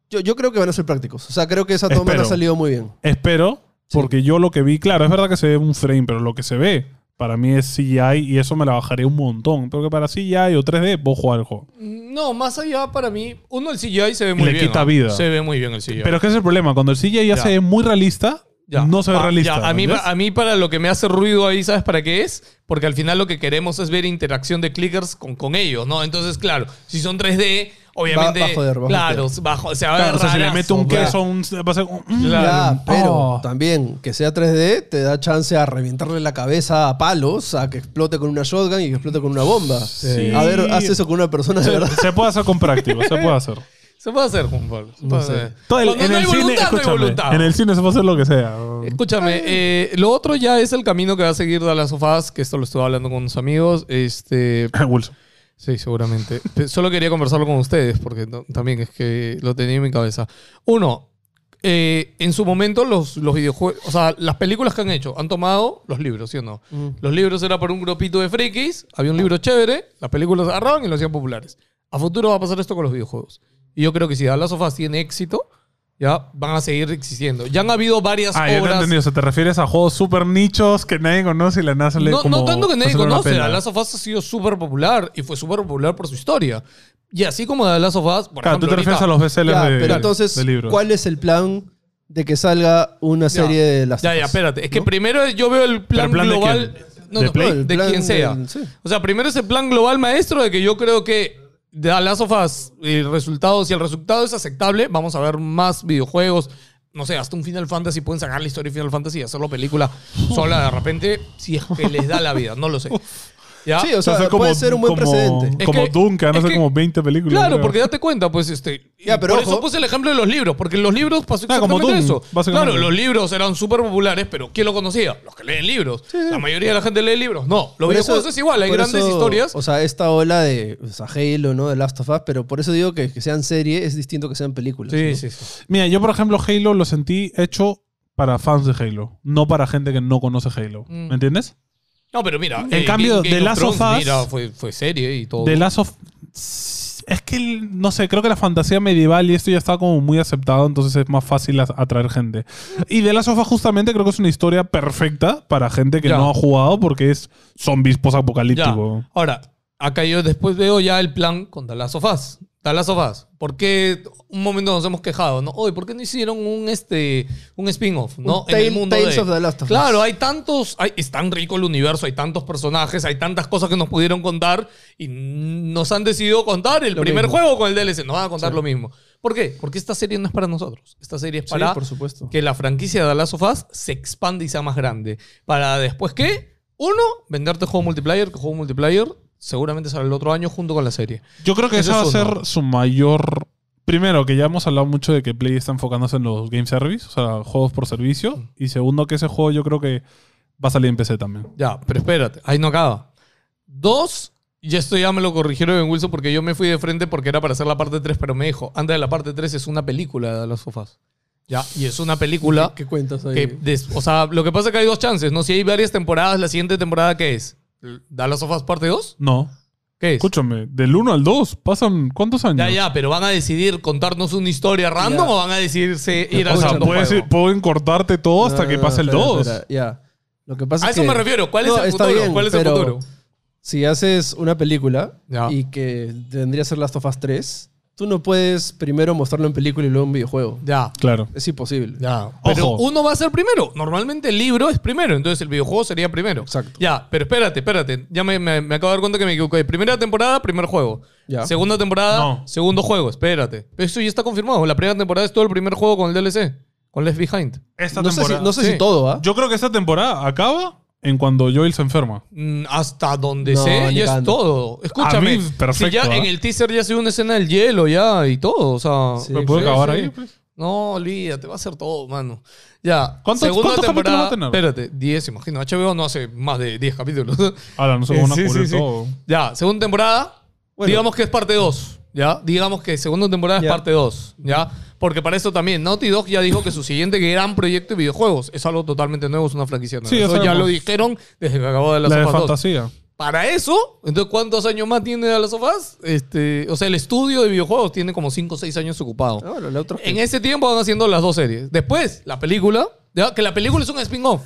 S2: Yo, yo creo que van a ser prácticos. O sea, creo que esa toma le ha
S3: Espero.
S2: salido muy bien.
S3: Espero, porque yo lo que vi, claro, es verdad que se ve un frame, pero lo que se ve Para mí es CGI y eso me la bajaré un montón. Porque para CGI o 3D, vos jugar el juego.
S1: No, más allá para mí, uno el CGI se ve muy
S3: Le
S1: bien.
S3: quita
S1: ¿ah?
S3: vida.
S1: Se ve muy bien el CGI.
S3: Pero es que ese es el problema. Cuando el CGI ya,
S1: Ya.
S3: se ve muy realista,
S1: Ya.
S3: no se ve
S1: Pa-
S3: realista.
S1: ya, A mí,
S3: ¿ves?
S1: a mí para lo que me hace ruido ahí, ¿sabes para qué es? Porque al final lo que queremos es ver interacción de clickers con, con ellos, ¿no? Entonces, claro, si son 3D, obviamente...
S2: Va- va a joder, va a
S1: claro,
S2: joder.
S1: bajo, se va a ver
S3: Claro, o sea, si le
S1: rarazo,
S3: meto un
S1: claro.
S3: queso, un, va a ser un- mm,
S2: Ya, pero
S3: Oh.
S2: también que sea 3D te da chance a reventarle la cabeza a palos, a que explote con una shotgun y que explote con una bomba.
S3: Sí.
S2: A ver, haz eso con una persona de
S3: se,
S2: verdad.
S3: se puede hacer con práctico, se puede hacer.
S1: Se puede hacer, Juan Pablo. Se puede
S2: sé.
S1: hacer.
S3: Todo el-
S1: Cuando
S3: en
S1: no
S3: el
S1: hay
S3: cine,
S1: voluntad, no hay
S3: escúchame,
S1: voluntad.
S3: en el cine se puede hacer lo que sea.
S1: Escúchame, eh, lo otro ya es el camino que va a seguir de las sofás, que esto lo estuve hablando con unos amigos. Este,
S3: Wilson.
S1: sí, seguramente. Pe- Solo quería conversarlo con ustedes, porque no- también es que lo tenía en mi cabeza. Uno, eh, en su momento los, los videojuegos, o sea, las películas que han hecho, han tomado los libros, ¿sí o no?
S3: Mm.
S1: Los libros era para un grupito de frikis, había un libro chévere, las películas agarraban y lo hacían populares. A futuro va a pasar esto con los videojuegos. Y yo creo que si The Last of Us tiene éxito, ya van a seguir existiendo. Ya han habido varias
S3: Ah, ya te he
S1: obras.
S3: entendido. O sea, te refieres a juegos super nichos que nadie conoce y la NASA le
S1: No,
S3: como
S1: no tanto que nadie
S3: hacer una
S1: conoce.
S3: pena.
S1: The Last of Us ha sido súper popular y fue súper popular por su historia. Y así como The Last of Us, por
S3: Claro, tú
S1: ejemplo,
S3: te refieres
S1: ahorita-
S3: a los bestsellers
S2: Ya,
S3: de,
S2: pero entonces,
S3: de libros.
S2: ¿cuál es el plan de que salga una serie de las
S1: Ya, ya, espérate. Es que primero yo veo el plan,
S3: plan de
S1: global.
S3: quién?
S1: No,
S3: ¿De
S1: no,
S3: Play?
S1: de,
S2: El plan
S1: quien sea.
S2: del- sí.
S1: O sea, primero es el plan global maestro de que yo creo que de a las sofás el resultado, si el resultado es aceptable, vamos a ver más videojuegos. No sé, hasta un Final Fantasy pueden sacar la historia de Final Fantasy y hacerlo película sola de repente, si es que les da la vida, no lo sé. ¿Ya?
S2: Sí, o sea,
S3: Entonces,
S2: puede ser un buen
S3: como-
S2: precedente.
S3: Como
S1: Es que-
S3: Duncan, no
S1: es
S3: sé,
S1: que-
S3: como 20 películas.
S1: Claro,
S3: creo.
S1: porque date cuenta, pues este. y
S2: Ya, pero
S1: por eso
S2: ojo.
S1: puse el ejemplo de los libros, porque en los libros pasó
S3: Ah, como
S1: exactamente
S3: Doom,
S1: eso.
S3: básicamente.
S1: Claro, los libros eran súper populares, pero ¿quién lo conocía? Los que leen libros. La mayoría de la gente lee libros. No, los
S2: Por eso-
S1: videojuegos es igual, hay
S2: por
S1: grandes
S2: eso,
S1: historias.
S2: O sea, esta ola de o sea, Halo, ¿no? De Last of Us, pero por eso digo que, que sean serie es distinto que sean películas. ¿no?
S1: sí, sí.
S3: Mira, yo por ejemplo Halo lo sentí hecho para fans de Halo, no para gente que no conoce Halo.
S1: Mm.
S3: ¿Me entiendes?
S1: No, pero mira. eh,
S3: En cambio,
S1: Game- Game
S3: The Last of
S1: Thrones,
S3: Us-
S1: Mira, fue, fue serie y todo.
S3: The Last of... Es que, el- no sé, creo que la fantasía medieval y esto ya está como muy aceptado, entonces es más fácil as- atraer gente. Y The Last of Us justamente creo que es una historia perfecta para gente que
S1: Ya.
S3: no ha jugado porque es zombies
S1: Ya.
S3: posapocalíptico.
S1: Ahora, acá yo después veo ya el plan con The Last of Us. The Last of Us. ¿Por qué un momento nos hemos quejado, no? Oye, ¿por qué no hicieron un este un spin-off, no?
S2: Tale- Tales of the Last of Us.
S1: Claro, hay tantos, hay, es tan rico el universo, hay tantos personajes, hay tantas cosas que nos pudieron contar y nos han decidido contar el
S2: Lo
S1: primer
S2: mismo.
S1: juego con el DLC, nos van a contar lo mismo. ¿Por qué? Porque esta serie no es para nosotros. Esta serie es
S2: Sí,
S1: para
S2: por supuesto.
S1: que la franquicia de The Last of Us se expande y sea más grande. Para después que, uno, venderte juego multiplayer, que juego multiplayer seguramente sale el otro año junto con la serie.
S3: Yo creo que
S1: Eso
S3: esa va a
S1: es
S3: ser
S1: uno.
S3: su mayor... Primero, que ya hemos hablado mucho de que Play está enfocándose en los game service, o sea, juegos por servicio. Y segundo, que ese juego yo creo que va a salir en PC también.
S1: Ya, pero espérate, ahí no acaba. Dos, y esto ya me lo corrigieron en Wilson porque yo me fui de frente porque era para hacer la parte 3, pero me dijo, antes de la parte 3 es una película de The Last of Us. Ya, y es una película
S2: ¿Qué cuentas ahí?
S1: que, des- o sea, lo que pasa es que hay dos chances, ¿no? Si hay varias temporadas, la siguiente temporada, ¿qué es? ¿The Last of Us parte 2?
S3: No.
S1: ¿Qué es?
S3: Escúchame, del 1 al 2 pasan cuántos años.
S1: Ya, ya, pero van a decidir contarnos una historia random
S2: Ya.
S1: o van a decidirse ir
S3: O
S1: al
S3: sea,
S1: segundo
S3: puedes
S1: juego?
S3: ir- pueden cortarte todo hasta que pase el
S2: Ah, espera,
S3: 2.
S2: espera, Ya. Lo que pasa
S1: A
S2: es
S1: eso
S2: que-
S1: me refiero. ¿Cuál
S2: No,
S1: es el
S2: está
S1: futuro?
S2: bien,
S1: ¿Cuál es el
S2: pero
S1: futuro?
S2: Si haces una película
S1: Ya.
S2: y que tendría que ser Last of Us 3, tú no puedes primero mostrarlo en película y luego en videojuego.
S1: Ya,
S3: Claro.
S2: Es imposible.
S1: ya. Pero
S3: Ojo.
S1: uno va a ser primero. Normalmente el libro es primero, entonces el videojuego sería primero.
S2: Exacto.
S1: Ya, pero espérate, espérate. Ya me, me- me acabo de dar cuenta que me equivoqué. Primera temporada, primer juego.
S2: Ya.
S1: Segunda temporada,
S3: No.
S1: segundo juego. Espérate. Eso ya está confirmado. La primera temporada es todo el primer juego con el DLC. Con Left Behind.
S3: Esta
S2: No sé, si,
S3: temporada.
S2: no sé si
S1: Sí.
S2: todo, ¿ah?
S3: Yo creo que esta temporada acaba en cuando Joel se enferma.
S1: Mm, Hasta donde
S2: No,
S1: sé,
S2: ni
S1: ya es
S2: cagando.
S1: todo. Escúchame.
S3: A mí, perfecto,
S1: si ya
S3: ¿ah?
S1: en el teaser ya se ve una escena del hielo ya y todo. O sea,
S2: Sí.
S3: ¿Me puedo
S1: sí,
S3: acabar
S1: sí.
S3: ahí? please?
S1: No, olvídate, va a ser todo, mano. Ya.
S3: ¿Cuántos-
S1: segunda
S3: cuántos capítulos
S1: temporada,
S3: va a tener?
S1: Espérate, 10, imagino. HBO no hace más de 10 capítulos.
S3: Ahora, no se
S1: Eh,
S3: van a
S1: sí,
S3: cubrir
S1: sí, sí.
S3: todo.
S1: Ya, segunda temporada,
S2: Bueno.
S1: digamos que es parte 2. ¿Ya? Digamos que segunda temporada es
S2: Ya.
S1: parte 2. ¿Ya? Porque para eso también, Naughty Dog ya dijo que su siguiente gran proyecto de videojuegos es algo totalmente nuevo, es una franquicia nueva.
S3: Sí, ya
S1: eso ya
S3: sabemos.
S1: lo dijeron desde que acabó de
S3: La,
S1: las
S3: de
S1: sofás 2.
S3: fantasía.
S1: Para eso, entonces, ¿cuántos años más tiene de las sofás? Este, o sea, el estudio de videojuegos tiene como 5 o 6 años ocupado.
S2: Ah, bueno, la otra-
S1: En ese tiempo van haciendo las dos series. Después, la película. ya, Que la película es un spin-off.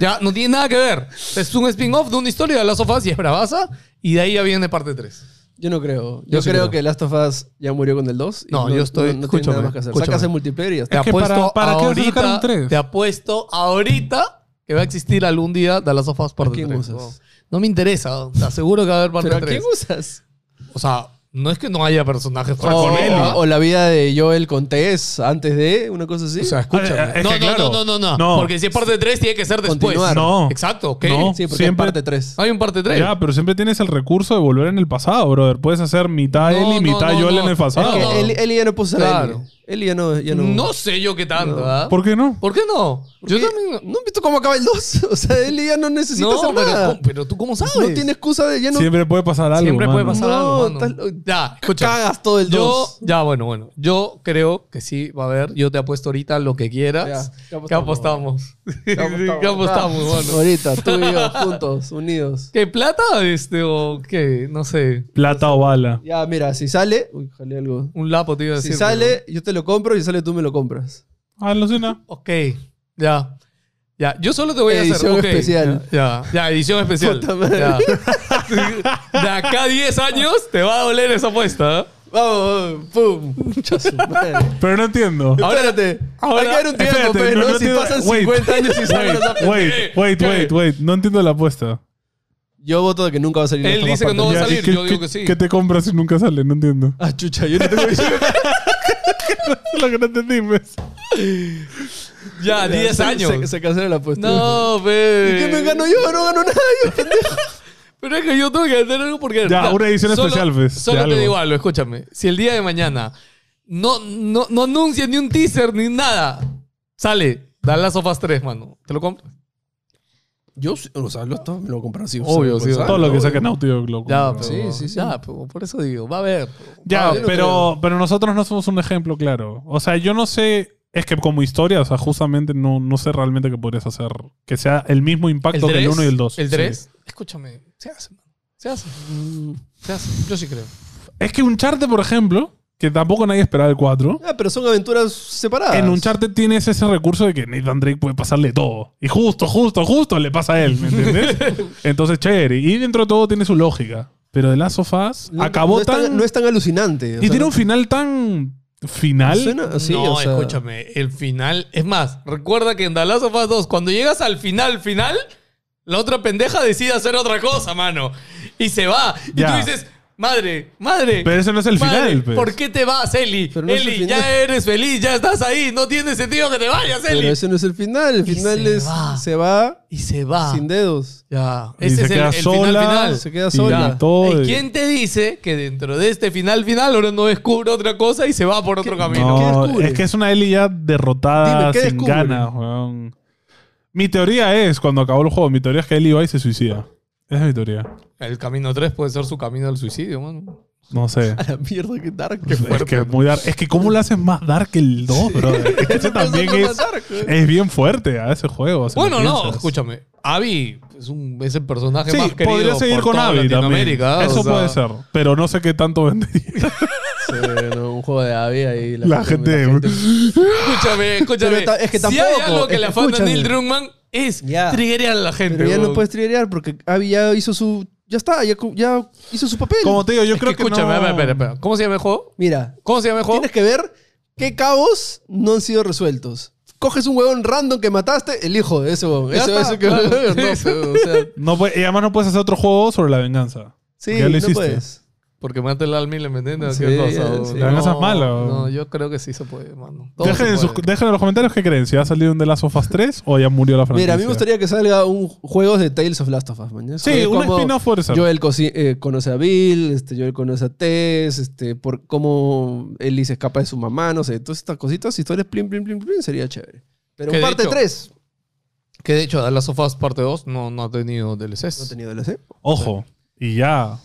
S1: Ya, no tiene nada que ver. Es un spin-off de una historia de las sofás y es bravaza. Y de ahí ya viene parte 3.
S2: Yo no creo. Yo
S1: Yo sí
S2: creo
S1: creo.
S2: que Last of Us ya murió con el 2. y
S1: No, yo estoy-
S2: No, no tiene
S1: escúchame,
S2: nada más que hacer.
S1: escúchame.
S2: Sacas el multiplayer y ya
S1: Te
S2: está.
S3: Es que
S1: apuesto
S3: para- ¿para qué vas a
S1: ahorita,
S3: sacar un tres?
S1: Te apuesto ahorita que va a existir algún día de las sofás
S2: ¿A
S1: parte
S2: quién
S1: 3.
S2: usas?
S1: No, No me interesa. Te aseguro que va a haber parte
S2: ¿Pero a
S1: 3.
S2: quién usas?
S1: O sea, no es que no haya personajes
S2: O,
S1: para él, ¿ah?
S2: o la vida de Joel con Tess antes de una cosa así.
S1: O sea,
S3: Ah, es
S1: escúchame.
S3: que
S1: No, no,
S3: claro.
S1: no, no, no,
S3: No.
S1: Porque si es parte 3, tiene que ser después.
S2: Continuar.
S3: No.
S1: Exacto, ok.
S3: No.
S2: sí, porque
S3: siempre-
S2: es parte 3.
S1: Hay un parte 3.
S3: Ya, pero siempre tienes el recurso de volver en el pasado, brother. Puedes hacer mitad
S1: No,
S3: él y
S1: no,
S3: mitad
S1: no,
S3: Joel
S1: no.
S3: en el
S1: Es
S3: pasado.
S1: que-
S2: Él, él ya no puso
S1: Claro.
S2: la L. Él ya no. Ya no.
S1: No sé yo qué tanto, ¿ah?
S3: ¿Por qué no?
S1: ¿Por qué no? Yo
S2: Porque-
S1: también.
S2: ¿No has visto cómo acaba el 2? O sea, él ya no necesita
S1: No,
S2: hacer
S1: pero,
S2: nada.
S1: ¿cómo- pero tú cómo sabes.
S2: No tiene excusa de ya no
S3: Siempre puede pasar algo.
S1: Siempre puede
S3: mano.
S1: pasar
S2: No,
S1: algo. mano.
S2: estás lo-
S1: Ya, escucha.
S2: cagas todo el
S1: Yo,
S2: 2.
S1: ya, bueno, bueno. Yo creo que sí va a haber. Yo te apuesto ahorita lo que quieras.
S2: Ya,
S1: ¿Qué
S2: ¿qué
S1: apostamos? ¿Qué apostamos? mano?
S2: Ahorita, tú y yo, juntos, unidos.
S1: ¿Qué plata? Este, o qué, no sé.
S3: Plata o bala.
S2: Ya, mira, si sale. Uy, jalé algo.
S1: Un lapo te iba a
S2: Si
S1: decir. pero-
S2: sale, yo te lo compro y si sale, tú me lo compras.
S3: Ah, Alucina.
S1: Ok, ya. Ya, yo solo te voy a hacer.
S2: Edición
S1: ok,
S2: especial.
S1: Ya, ya, edición especial.
S2: Puta madre.
S1: Ya. De acá a 10 años te va a doler esa apuesta. ¿eh?
S2: Vamos, vamos, pum. Mucha su madre.
S3: Pero no entiendo.
S1: Ahora-
S2: Espérate.
S1: ahora-
S2: Hay que dar un tiempo,
S3: Espérate,
S2: pero
S3: no, no
S2: si
S3: entiendo-
S2: pasan
S3: wait,
S2: 50 años y salen los apps.
S3: Wait,
S1: Eh,
S3: wait, wait, wait. No entiendo la apuesta.
S2: Yo voto de que nunca va a salir.
S1: Él
S2: las
S1: dice
S2: tomas
S1: que no va a
S3: Ya,
S2: partes.
S1: salir,
S3: ¿y qué-
S1: yo digo
S3: qué-
S1: que sí.
S3: ¿Qué te compras si nunca sale? No entiendo.
S2: Ah, chucha, yo no tengo
S3: Es lo que no entendí, pues.
S1: Ya, 10
S2: Se-
S1: años.
S2: Se, se cancela la apuesta.
S1: No, bebé.
S2: ¿Y qué me gano yo? No gano nada, yo pendejo.
S1: Pero es que yo tengo que hacer algo porque.
S3: Ya, una edición
S1: solo-
S3: especial, pues, de
S1: Solo te
S3: algo.
S1: digo algo, escúchame. Si el día de mañana no, no, no anuncian ni un teaser ni nada, sale, da las sofás 3, mano. ¿Te lo compro?
S2: Yo, sí, o sea, pues, lo, esto me lo compré así.
S1: Obvio, sí,
S3: Todo lo que saquen Naughty Dog, loco.
S1: Ya,
S3: Pero-
S1: pero,
S2: pues, Sí, sí, sí.
S1: Ya, pero por eso digo, va a haber. pues.
S3: Ya,
S2: Ah, yo no
S3: pero, pero nosotros no somos un ejemplo claro. O sea, yo no sé. Es que como historia, o sea, justamente no, no sé realmente qué podrías hacer. Que sea el mismo impacto que el 1 y el 2.
S1: El 3. Escúchame, se hace, mano. Se hace. mm, Se hace. Yo sí creo.
S3: Es que un charte, por ejemplo, que tampoco nadie esperaba el 4.
S2: Ah, pero son aventuras separadas.
S3: En un charte tienes ese recurso de que Nathan Drake puede pasarle todo. Y justo, justo, justo le pasa a él, ¿me entiendes? Entonces, chévere. Y dentro de todo tiene su lógica. Pero de Last of Us
S2: No-
S3: acabó
S2: no es
S3: tan...
S2: tan, no es tan alucinante. o
S3: y
S2: sea,
S3: tiene un final tan final.
S2: suena- Ah, sí,
S1: no,
S2: o sea,
S1: escúchame, el final. Es más, recuerda que en The Last of Us 2, cuando llegas al final, final, la otra pendeja decide hacer otra cosa, mano. Y se va.
S3: Ya.
S1: Y tú dices, madre, madre.
S3: Pero ese no es el
S1: madre,
S3: final, pues.
S1: ¿Por qué te vas, Eli?
S2: Pero no es el
S1: Eli,
S2: final.
S1: ya eres feliz, ya estás ahí. No tiene sentido que te vayas,
S2: Pero
S1: Eli.
S2: ese no es el final. El
S1: Y
S2: final
S1: se
S2: es.
S1: va.
S2: Se va
S1: Y se va.
S2: sin dedos.
S1: Ya.
S3: Y
S1: Ese
S3: se
S1: es el,
S3: queda
S1: el
S3: sola,
S1: final final.
S2: Se queda
S3: y
S2: sola.
S3: todo,
S1: ¿Y
S3: y-
S1: quién te dice que dentro de este final final ahora no descubre otra cosa y se va por otro camino?
S2: ¿Qué
S3: No,
S2: descubre?
S3: es que es una Ellie ya derrotada,
S2: Dime, ¿qué
S3: sin
S2: descubre?
S3: ganas, weón. Mi teoría es, cuando acabó el juego, mi teoría es que Ellie va y se suicida. Esa es mi teoría.
S1: El camino 3 puede ser su camino al suicidio, mano.
S3: No sé.
S2: A la mierda, qué dark.
S3: Es que es muy dark. Es que cómo lo haces más dark que el 2, bro. Ese también
S2: Eso no
S3: es,
S2: es dark, güey.
S3: es bien fuerte a ese juego. si lo
S1: Bueno, no,
S3: piensas.
S1: escúchame. Avi es, un, es el personaje
S3: Sí,
S1: más querido
S3: podría seguir
S1: por
S3: con
S1: toda
S3: Abby también.
S1: Latinoamérica. ¿eh?
S3: Eso
S1: O sea,
S3: puede ser. Pero no sé qué tanto vendería.
S2: un juego de Abby ahí.
S3: La, gente.
S1: Escúchame, escúchame.
S2: Pero ta- es que
S1: Si hay
S2: tampoco,
S1: algo que
S2: es-
S1: le afana a
S2: escúchame.
S1: Neil Druckmann es
S2: Ya.
S1: triggerear a la gente.
S2: Pero ya no
S1: weón.
S2: puedes trilear porque Abby ya hizo su. Ya está, ya, cu- ya hizo su papel.
S3: Como te digo,
S1: Es
S3: yo
S1: que
S3: creo que.
S1: escúchame,
S3: no...
S1: a ver, espera, espera. ¿Cómo se llama el juego?
S2: Mira,
S1: ¿Cómo se llama el juego?
S2: tienes que ver qué cabos no han sido resueltos. Coges un huevón random que mataste, el hijo de ese huevón.
S1: Ya
S2: Ese,
S1: está,
S2: ese que
S1: claro.
S2: no, pero, o sea,
S3: No puede- y además no puedes hacer otro juego sobre la venganza.
S2: sí,
S3: Ya lo
S2: no
S3: hiciste.
S2: puedes.
S1: Porque mata el alma y le meten
S2: Sí,
S1: ¿Qué cosa?
S2: sí.
S1: weón?
S2: La
S3: venganza
S1: No,
S3: es mala, weón.
S1: No, yo creo que sí se puede, mano. Todo
S3: Dejen
S1: se
S3: en, sus-
S1: puede.
S3: dejen en los comentarios qué creen. Si ha salido un The Last of Us 3 o ya murió la franquicia.
S2: Mira, a mí me gustaría que salga un juego de Tales of Last of Us, man.
S3: Sí, un spin-off puede ser.
S2: Joel cosi- eh, conoce a Bill, este, Joel conoce a Tess, este, por cómo Ellie se escapa de su mamá, no sé, todas estas cositas, historias, plin, plin, plin, plin, sería chévere. Pero
S1: Que de
S2: parte
S1: hecho-
S2: 3.
S1: Que de hecho, The Last of Us parte 2 no, no ha tenido DLCs.
S2: No he tenido DLC.
S3: Ojo, y ya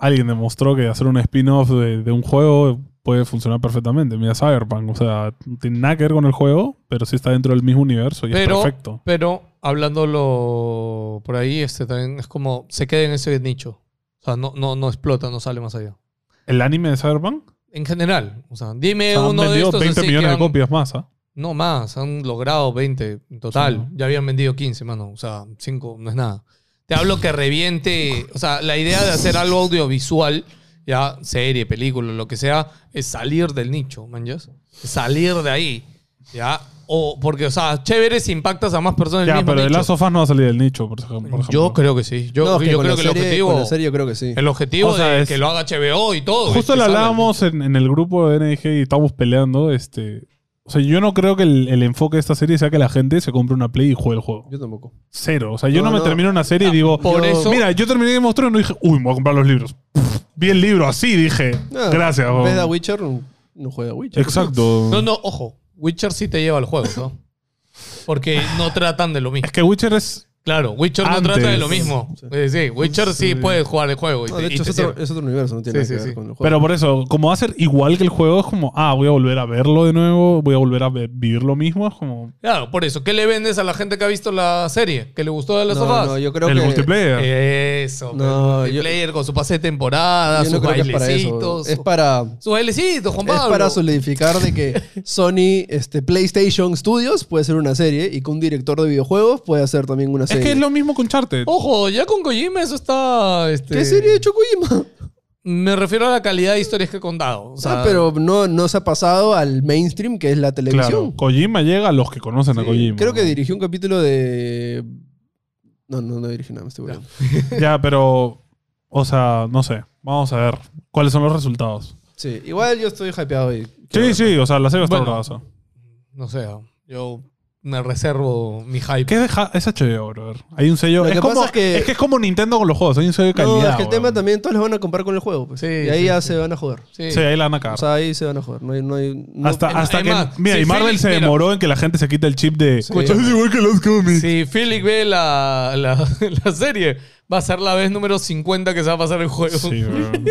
S3: alguien demostró que hacer un spin-off de, de un juego puede funcionar perfectamente. Mira Cyberpunk, o sea, no tiene nada que ver con el juego, pero sí está dentro del mismo universo y
S1: pero,
S3: es perfecto.
S1: Pero hablándolo por ahí, este también es como se queda en ese nicho. O sea, no, no, no explota, no sale más allá.
S3: ¿El anime de Cyberpunk?
S1: En general. O sea, dime
S3: O sea, han
S1: Eh, uno de
S3: vendido
S1: estos.
S3: 20
S1: así que
S3: millones de
S1: han-
S3: copias más, ¿ah?
S1: No más, han logrado 20 en total. Ya habían vendido 15, mano. O sea, 5 no es nada. Te hablo que reviente. O sea, la idea de hacer algo audiovisual, ya serie, película, lo que sea, es salir del nicho, man. ¿ya? Salir de ahí. Ya. O porque, o sea, chévere si impactas a más personas. del
S3: Ya,
S1: mismo
S3: pero el
S1: nicho.
S3: Last of Us no va a salir del nicho, por ejemplo. por
S1: Yo
S3: ejemplo.
S1: creo que sí. Yo,
S2: No, es que
S1: yo
S2: con
S1: creo
S2: la
S1: que
S2: serie-
S1: el objetivo.
S2: Con la serie yo creo que sí.
S1: El objetivo
S3: O sea,
S1: de
S3: es-
S1: que lo haga HBO y todo.
S3: Justo
S1: es que
S3: lo
S1: salga.
S3: hablábamos en, en el grupo de NG y estábamos peleando. Este, o sea, yo no creo que el, el enfoque de esta serie sea que la gente se compre una Play y juegue el juego.
S2: Yo tampoco.
S3: Cero. O sea, yo
S2: No,
S3: no, me
S2: no. Ah,
S3: termino una serie y digo,
S1: Por
S2: Yo-
S1: eso.
S3: mira, yo terminé Game of Thrones y dije, uy, me voy a comprar los libros. Pff, Vi el libro así, dije,
S2: No,
S3: gracias. weón".
S2: ¿Ves a Witcher? No juega a Witcher.
S3: Exacto.
S1: No, no, ojo. Witcher sí te lleva al juego, ¿no? Porque no tratan de lo mismo.
S3: Es que Witcher es.
S1: Claro, Witcher no
S3: Antes.
S1: trata de lo mismo. Eh, Sí, Witcher sí, puedes jugar el juego. Y
S2: No,
S1: te-
S2: de
S1: y
S2: hecho,
S1: te
S2: es otro,
S1: sirve.
S2: es otro universo, no tiene
S1: Sí,
S2: nada que
S1: sí,
S2: ver
S1: sí.
S2: con el juego.
S3: Pero por eso, como va a ser igual que el juego, es como, ah, voy a volver a verlo de nuevo, voy a volver a ve- vivir lo mismo. Es como.
S1: Claro, por eso. ¿Qué le vendes a la gente que ha visto la serie? ¿Que le gustó de las
S2: no, no,
S1: sofás?
S2: yo creo
S3: el
S2: que. eh,
S3: multiplayer.
S1: Eso.
S2: No,
S1: el
S2: yo-
S1: player con su pase de temporada,
S2: Yo no
S1: sus
S2: creo que es para eso.
S1: bailecitos.
S2: Es
S1: su-
S2: para.
S1: Sus bailecitos, Juan
S2: Es
S1: Pablo.
S2: para solidificar de que Sony, este, PlayStation Studios puede ser una serie y que un director de videojuegos puede hacer también una
S3: es
S2: serie.
S3: que es lo mismo con Charted.
S2: Oh,
S1: Ojo, ya con Kojima eso está... Este,
S2: ¿Qué serie de Chocuyima?
S1: Me refiero a la calidad de historias que he contado. O
S2: O
S1: sea,
S2: sea, Ah, pero no, no se ha pasado al mainstream que es la televisión.
S3: Claro. Kojima llega a los que conocen a Kojima.
S2: Creo que dirigió un capítulo de. No, no, no dirigió nada, me estoy burlando.
S3: Ya, pero. O sea, no sé. Vamos a ver cuáles son los resultados.
S2: Sí, igual yo estoy hypeado y.
S3: Sí, sí, o sea, la serie va a estar
S1: Bueno.
S3: bravaza.
S1: No sé, yo me reservo mi hype.
S3: ¿Qué deja? Es HBO, brother. Hay un sello.
S2: Lo
S3: Es
S2: que
S3: como,
S2: pasa
S3: es,
S2: es
S3: que...
S2: que-
S3: Es como Nintendo con los juegos. Hay un sello de
S2: No,
S3: calidad.
S2: es que el
S3: brother.
S2: tema también todos lo van a comprar con el juego. pues.
S1: Sí,
S2: y ahí
S1: sí,
S2: ya
S1: sí.
S2: se van a joder.
S1: Sí.
S3: Sí, ahí la van a cagar.
S2: O sea, ahí se van a joder. No hay. No hay no-
S3: hasta
S1: es-
S3: hasta
S1: es
S3: que.
S1: más,
S3: mira,
S1: sí,
S3: y Marvel
S1: Felix,
S3: se
S1: mira.
S3: demoró en que la gente se quite el chip de.
S1: Escúchame.
S3: "Es igual que los cómics.
S1: Si Felix ve la, la, la serie, va a ser la vez número 50 que se va a pasar el juego.
S3: Sí, weón.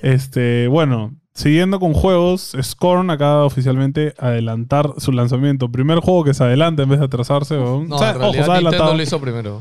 S3: Este, bueno, siguiendo con juegos, Scorn acaba de oficialmente adelantar su lanzamiento. Primer juego que se adelanta en vez de atrasarse. weón.
S1: No,
S3: O sea,
S1: en realidad
S3: ojo, se ha
S1: Nintendo
S3: adelantado.
S1: lo hizo primero.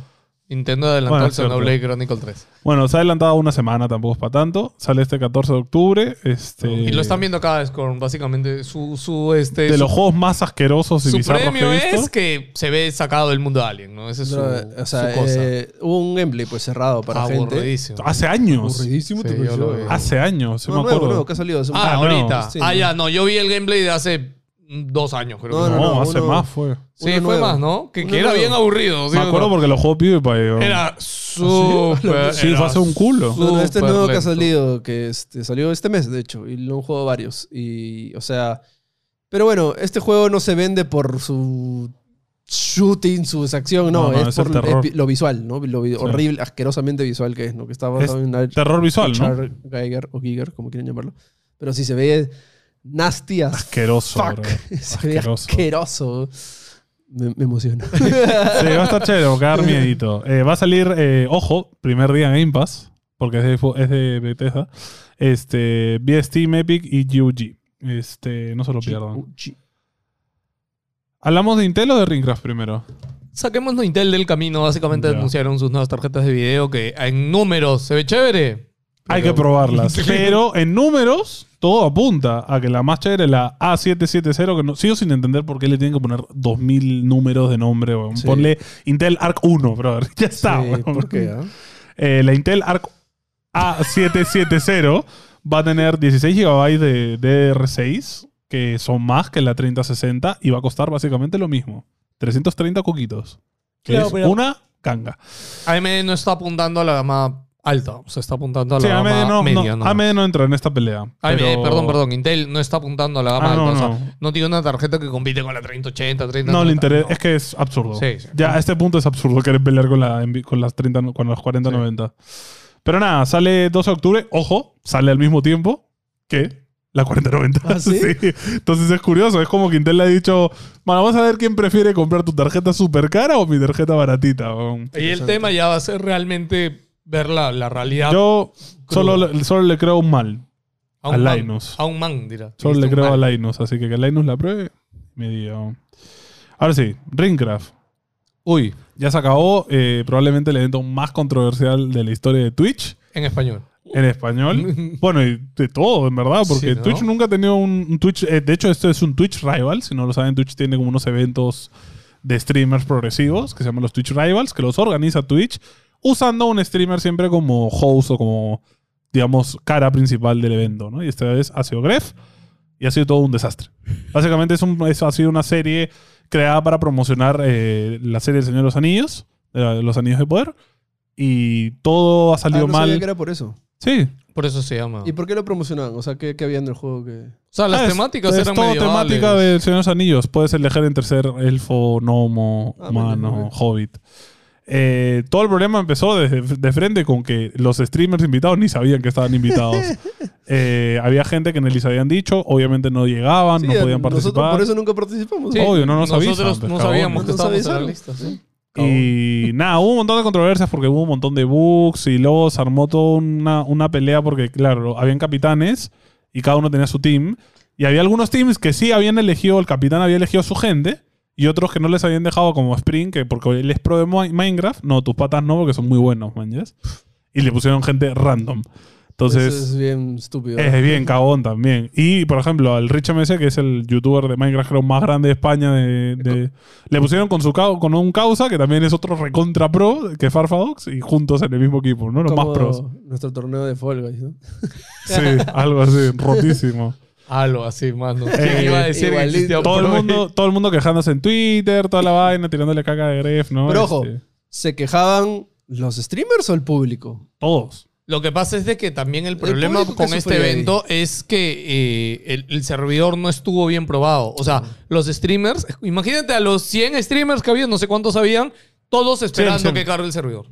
S1: Nintendo adelantó
S3: Bueno,
S1: el
S3: es cierto.
S1: Xenoblade Chronicle 3.
S3: Bueno, se ha adelantado una semana, tampoco es para tanto. Sale este 14 de octubre. Este,
S1: Y lo están viendo cada vez con básicamente su, su este
S3: De
S1: su,
S3: los juegos más asquerosos y
S1: su
S3: bizarros
S1: premio
S3: que he visto.
S1: es que se ve sacado del mundo de Alien, ¿no? Esa es su,
S2: no, o sea,
S1: su cosa.
S2: eh, hubo un gameplay pues cerrado para gente.
S1: Aburridísimo.
S3: Hace años.
S2: Aburridísimo,
S1: Sí, yo
S2: pareció?
S1: lo veo.
S3: Hace años, sí
S2: No,
S3: me
S2: Ah, nuevo,
S3: acuerdo.
S2: nuevo, que ha salido. hace un-
S1: Ah,
S3: Ah, no.
S1: ahorita.
S2: Sí,
S1: ah,
S2: no.
S1: ya, no, yo vi el gameplay de hace mm, dos años, creo.
S2: No,
S1: que
S3: no,
S1: fue.
S3: hace
S2: uno-
S3: más fue.
S1: Sí, fue
S2: uno nuevo.
S1: más, ¿no? Que,
S2: Uno
S1: que era
S2: nuevo.
S1: bien aburrido. ¿sí
S3: Me
S1: o no?
S3: acuerdo porque lo jugó PewDiePie. weón.
S1: Era súper.
S3: Sí, fue hace un culo.
S2: No, no, este es nuevo que ha
S1: lento.
S2: salido, que este, salió este mes, de hecho, y lo han jugado varios. Y, o sea, pero bueno, este juego no se vende por su shooting, su acción, no,
S3: No, no,
S2: es,
S3: es
S2: por
S3: el terror.
S2: es vi- lo visual, ¿no? Lo vi- horrible, asquerosamente visual que es, ¿no? Que está basado
S3: Es
S2: en una
S3: Terror visual, ¿no?
S2: Char Geiger o Giger, como quieren llamarlo. Pero si se ve nasty as
S3: Asqueroso.
S2: fuck.
S3: bro.
S2: Se ve
S3: Asqueroso.
S2: asqueroso. Me, me emociona.
S3: Sí, va a estar chévere, va a dar miedito. Eh, va a salir, eh, ojo, primer día en Game Pass, porque es de, fu- es de Bethesda. Este, vía Steam, Epic y GOG. Este, no se lo pierdan. ¿Hablamos de Intel o de Ringcraft primero?
S1: Saquemos Intel del camino. Básicamente
S3: Ya.
S1: anunciaron sus nuevas tarjetas de video que en números se ve chévere.
S3: Hay que probarlas. Pero en números, todo apunta a que la más chévere es la A770, que no, sigo sin entender por qué le tienen que poner 2000 números de nombre. weón.
S2: Sí.
S3: Ponle Intel Arc 1, brother. Ya está.
S2: Sí,
S3: weón.
S2: ¿Por qué? ah?
S3: Eh, la Intel Arc A770 va a tener 16 GB de DDR6, que son más que la 3060, y va a costar básicamente lo mismo. 330 coquitos. Que
S1: Claro,
S3: es
S1: pero-
S3: una canga.
S1: AMD no está apuntando a la gama alta. Se está apuntando a la
S3: Sí,
S1: gama
S3: AMD no,
S1: media.
S3: no,
S1: ¿no?
S3: AMD no entra en esta pelea.
S1: AMD,
S3: pero-
S1: perdón, perdón. Intel no está apuntando a la gama
S3: Ah, no,
S1: alta. o sea,
S3: no.
S1: no. tiene una tarjeta que compite con la 3080, 30.
S3: No, le interesa. Es que es absurdo.
S1: Sí, sí.
S3: Ya a este punto es absurdo querer pelear con, la, envi- con las 30, no- con las 40, 90. Pero nada, sale 12 de octubre. Ojo, sale al mismo tiempo que la 40, 90.
S2: ¿Ah, sí?
S3: Entonces es curioso. Es como que Intel le ha dicho, bueno, vamos a ver quién prefiere comprar tu tarjeta súper cara o mi tarjeta baratita. weón".
S1: Y el tema ya va a ser realmente ver la, la realidad
S3: Yo solo,
S1: crudo.
S3: le- solo le creo un mal.
S1: a un
S3: a
S1: man,
S3: Linus.
S1: A un man, dirá.
S3: Solo
S1: Dijiste
S3: le
S1: un
S3: creo
S1: man.
S3: a Linus, así que que Linus la pruebe, me diga. weón. Ahora sí, Ringcraft. Uy, ya se acabó eh, probablemente el evento más controversial de la historia de Twitch.
S1: En español.
S3: en español. Bueno, y de todo, en verdad, porque
S1: Sí, ¿no?
S3: Twitch nunca ha tenido un, un Twitch. eh, de hecho, esto es un Twitch Rival. Si no lo saben, Twitch tiene como unos eventos de streamers progresivos que se llaman los Twitch Rivals, que los organiza Twitch, usando a un streamer siempre como host o como, digamos, cara principal del evento, ¿no? Y esta vez ha sido Gref y ha sido todo un desastre. Básicamente es un, es- ha sido una serie creada para promocionar eh, la serie del Señor de los Anillos, eh, los Anillos de Poder. Y todo ha salido
S2: Ah, no
S3: mal.
S2: sabía que era por eso.
S3: Sí.
S1: Por eso se llama.
S2: ¿Y por qué lo promocionaban? O sea, ¿qué, qué había en el juego que...?
S1: o sea, las
S3: Ah, es-
S1: temáticas
S3: es
S1: eran
S3: todo
S1: medievales.
S3: temática de Señor de los Anillos. Puedes elegir entre ser elfo, gnomo,
S2: Ah,
S3: humano,
S2: bueno, ok.
S3: hobbit. Eh, todo el problema empezó desde- de frente con que los streamers invitados ni sabían que estaban invitados. Eh, había gente que no les habían dicho, obviamente no
S1: Ah,
S3: llegaban,
S2: Sí,
S3: no podían
S2: Nosotros
S3: participar.
S2: por eso nunca participamos.
S1: Sí,
S3: Obvio, no nos
S1: Nosotros
S3: avisan,
S1: no sabíamos
S3: pues,
S2: cabrón.
S1: que
S2: No nos
S1: estábamos en la
S2: avisaron.
S1: lista, sí.
S3: Y nada, hubo un montón de controversias porque hubo un montón de bugs y luego se armó toda una, una pelea porque, claro, habían capitanes y cada uno tenía su team. Y había algunos teams que sí habían elegido, el capitán había elegido a su gente y otros que no les habían dejado como Spring, que porque él es pro de Mo- Minecraft. No, tus patas no, porque son muy buenos, man. ¿yes? Y le pusieron gente random. Entonces,
S2: Eso es bien estúpido.
S3: es bien cagón también. Y, por ejemplo, al Rich MC, que es el youtuber de Minecraft creo, más grande de España, de- de- le pusieron con su cau- con un causa, que también es otro recontra pro que Farfadox, y juntos en el mismo equipo, ¿no? Los
S2: Como
S3: más pros.
S2: Nuestro torneo de Fall Guys, ¿no?
S3: Sí, algo así, rotísimo.
S1: Algo así, mano.
S3: Eh,
S1: ¿Quién iba a decir que
S2: igualito.
S1: existía
S3: Todo el,
S1: Pro League?
S2: eh,
S3: mundo, todo el mundo quejándose en Twitter, toda la vaina, tirándole caca de Gref, ¿no?
S2: Pero ojo,
S3: Este,
S2: ¿se quejaban los streamers o el público?
S3: todos.
S1: Lo que pasa es de que también el problema
S2: público que
S1: con este
S2: sufrió ahí.
S1: evento es que eh, el, el servidor no estuvo bien probado. O sea, los streamers, imagínate a los 100 streamers que había, no sé cuántos habían, todos esperando
S3: 100.
S1: que cargue el servidor.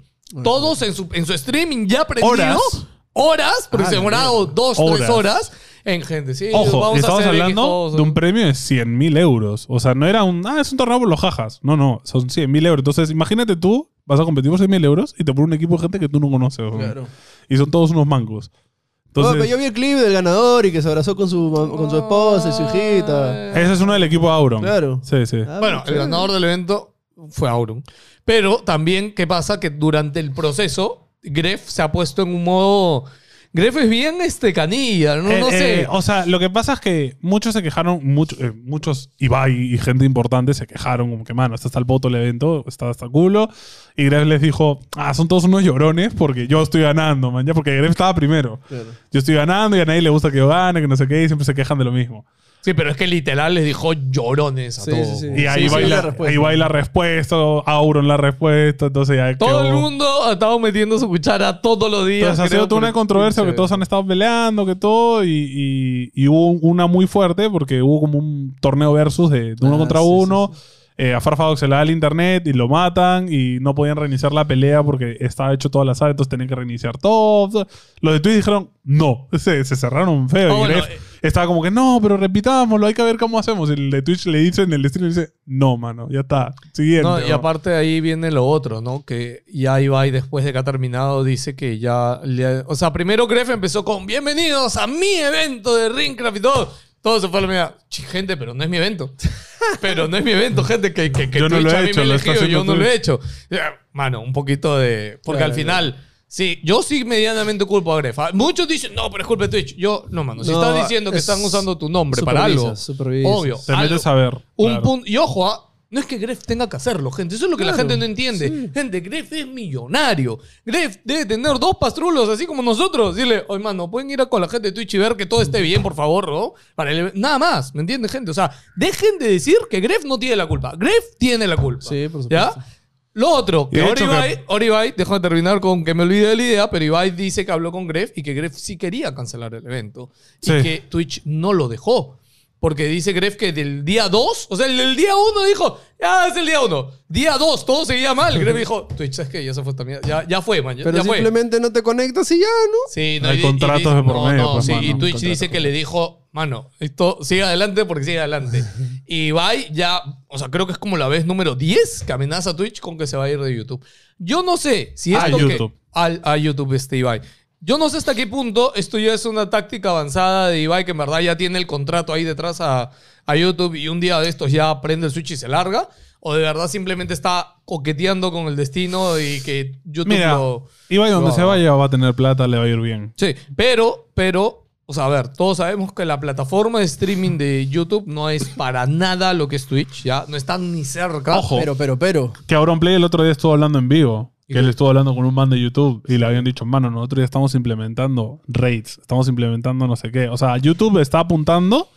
S1: Todos en su, en su streaming ya prendido.
S3: Horas.
S1: Horas,
S2: Ah,
S1: porque se demoraron dos, tres
S3: Horas.
S1: horas en gente. Sí,
S3: Ojo,
S1: vamos a
S3: estamos
S1: hacer X
S3: hablando
S1: cosas.
S3: de un premio de 100 mil euros. O sea, no era un. Ah, es un torneo por los jajas. No, no, son 100 mil euros. Entonces, imagínate tú, vas a competir por 100 mil euros y te pone un equipo de gente que tú no conoces. weón. Y son todos unos mangos.
S2: Bueno,
S3: Entonces,
S2: pero yo vi el clip del ganador y que se abrazó con su, mam- con su esposa y su hijita.
S3: ese es uno del equipo Auron.
S2: Claro.
S3: Sí, sí.
S2: Ah,
S1: Bueno, el
S2: chévere.
S1: ganador del evento fue Auron. Pero también, ¿qué pasa? Que durante el proceso, Gref se ha puesto en un modo. Gref es bien este canilla, no,
S3: Eh,
S1: no
S3: eh,
S1: sé.
S3: o sea, lo que pasa es que muchos se quejaron, mucho- eh, muchos Ibai y gente importante se quejaron, como que, mano, este está hasta el voto el evento, está hasta el culo. Y Gref les dijo, ah, son todos unos llorones porque yo estoy ganando, man, ya, porque Gref estaba primero.
S2: Claro.
S3: Yo estoy ganando y a nadie le gusta que yo gane, que no sé qué, y siempre se quejan de lo mismo.
S1: sí, pero es que literal les dijo llorones a
S2: Sí,
S1: todos.
S2: sí, sí.
S3: Y ahí,
S2: sí,
S3: va,
S2: la
S3: la,
S2: respuesta.
S3: ahí va y la respuesta, Auron la respuesta, entonces ya
S1: Todo el
S3: quedó-
S1: mundo ha estado metiendo su cuchara todos los días.
S3: Entonces ha
S1: creo,
S3: sido toda
S1: por-
S3: una controversia
S1: Sí.
S3: que todos han estado peleando, que todo, y, y- y hubo un- una muy fuerte porque hubo como un torneo versus de, de uno
S2: Ah,
S3: contra
S2: sí, sí,
S3: uno. Eh, a Farfadox se le da el internet y lo matan y no podían reiniciar la pelea porque estaba hecho toda la sala, entonces tenían que reiniciar todo. Los de Twitch dijeron no, se, se cerraron feo.
S1: Ah,
S3: y
S1: bueno,
S3: Gref estaba como que no, pero repitámoslo, hay que ver cómo hacemos. Y el de Twitch le dice en el stream, dice no, mano, ya está, siguiente.
S1: No, y
S3: ¿no?
S1: aparte de ahí viene lo otro, ¿no? Que ya Ibai, después de que ha terminado, dice que ya... le- o sea, primero Gref empezó con bienvenidos a mi evento de Ringcraft y todo. Todo se fue a la mierda. Ch, Gente, pero no es mi evento. Pero no es mi evento, gente, que, que, que
S3: Yo no
S1: Twitch
S3: lo he
S1: a mí
S3: hecho,
S1: me ha
S3: lo está
S1: elegido, yo
S3: haciendo
S1: no lo
S3: Twitch.
S1: he hecho. Eh, Mano, un poquito de... Porque
S2: Claro,
S1: al final... Sí, yo sí medianamente culpo a Gref. Ah, Muchos dicen, no, pero es culpa de Twitch. Yo, no, mano, si
S2: No,
S1: estás diciendo que
S2: es-
S1: están usando tu nombre para algo,
S2: supervisas, supervisas.
S1: obvio.
S3: Te metes
S1: algo-
S3: a ver.
S1: un
S3: claro.
S1: punto. Y ojo, ah, no es que Gref tenga que hacerlo, gente. Eso es lo que la gente no entiende. Gente, Gref es millonario. Gref debe tener dos pastrulos, así como nosotros. Dile, oye, mano, pueden ir a con la gente de Twitch y ver que todo esté bien, por favor, ¿no? Para el- Nada más, ¿me entiende, gente? O sea, dejen de decir que Gref no tiene la culpa. Gref tiene la culpa.
S2: Sí, por
S1: ¿Ya?
S2: supuesto.
S1: Lo otro,
S3: Y
S1: que
S3: de hecho
S1: Oribai,
S3: que-
S1: Oribai, déjame terminar con que me olvidé de la idea, pero Ibai dice que habló con Gref y que Gref sí quería cancelar el evento y
S3: Sí.
S1: que Twitch no lo dejó. Porque dice Gref que del día 2, o sea, el del día 1 dijo, ya es el día 1. Día 2, todo seguía mal. Gref dijo, Twitch, ¿sabes qué? Ya se fue esta mierda. Ya, ya fue, man. Ya,
S2: Pero
S1: ya fue.
S2: simplemente no te conectas y ya, ¿no?
S1: Sí,
S3: Hay
S1: y di- y
S3: contratos
S1: dice-
S3: de por
S1: no,
S3: medio,
S1: no,
S3: pues,
S1: sí,
S3: mano,
S1: y
S3: hay
S1: Twitch dice
S3: contratos.
S1: que le dijo, mano, esto sigue adelante porque sigue adelante. y Ibai ya, o sea, creo que es como la vez número 10 que amenaza a Twitch con que se va a ir de YouTube. Yo no sé si
S3: A
S1: esto que-
S3: YouTube.
S1: al- a YouTube este Ibai. Yo no sé hasta qué punto esto ya es una táctica avanzada de Ibai que en verdad ya tiene el contrato ahí detrás a, a YouTube y un día de estos ya prende el switch y se larga. o de verdad simplemente está coqueteando con el destino y que YouTube
S3: Mira,
S1: lo...
S3: y vaya donde
S1: lo-
S3: se vaya, va a tener plata, le va a ir bien.
S1: Sí, pero, pero, o sea, a ver, todos sabemos que la plataforma de streaming de YouTube no es para nada lo que es Twitch, ya, no está ni cerca.
S3: Ojo.
S2: Pero, pero, pero.
S3: Que Auron Play el otro día estuvo hablando en vivo. Que él estuvo hablando con un man de YouTube y le habían dicho, mano, nosotros ya estamos implementando raids, estamos implementando no sé qué. O sea, YouTube está apuntando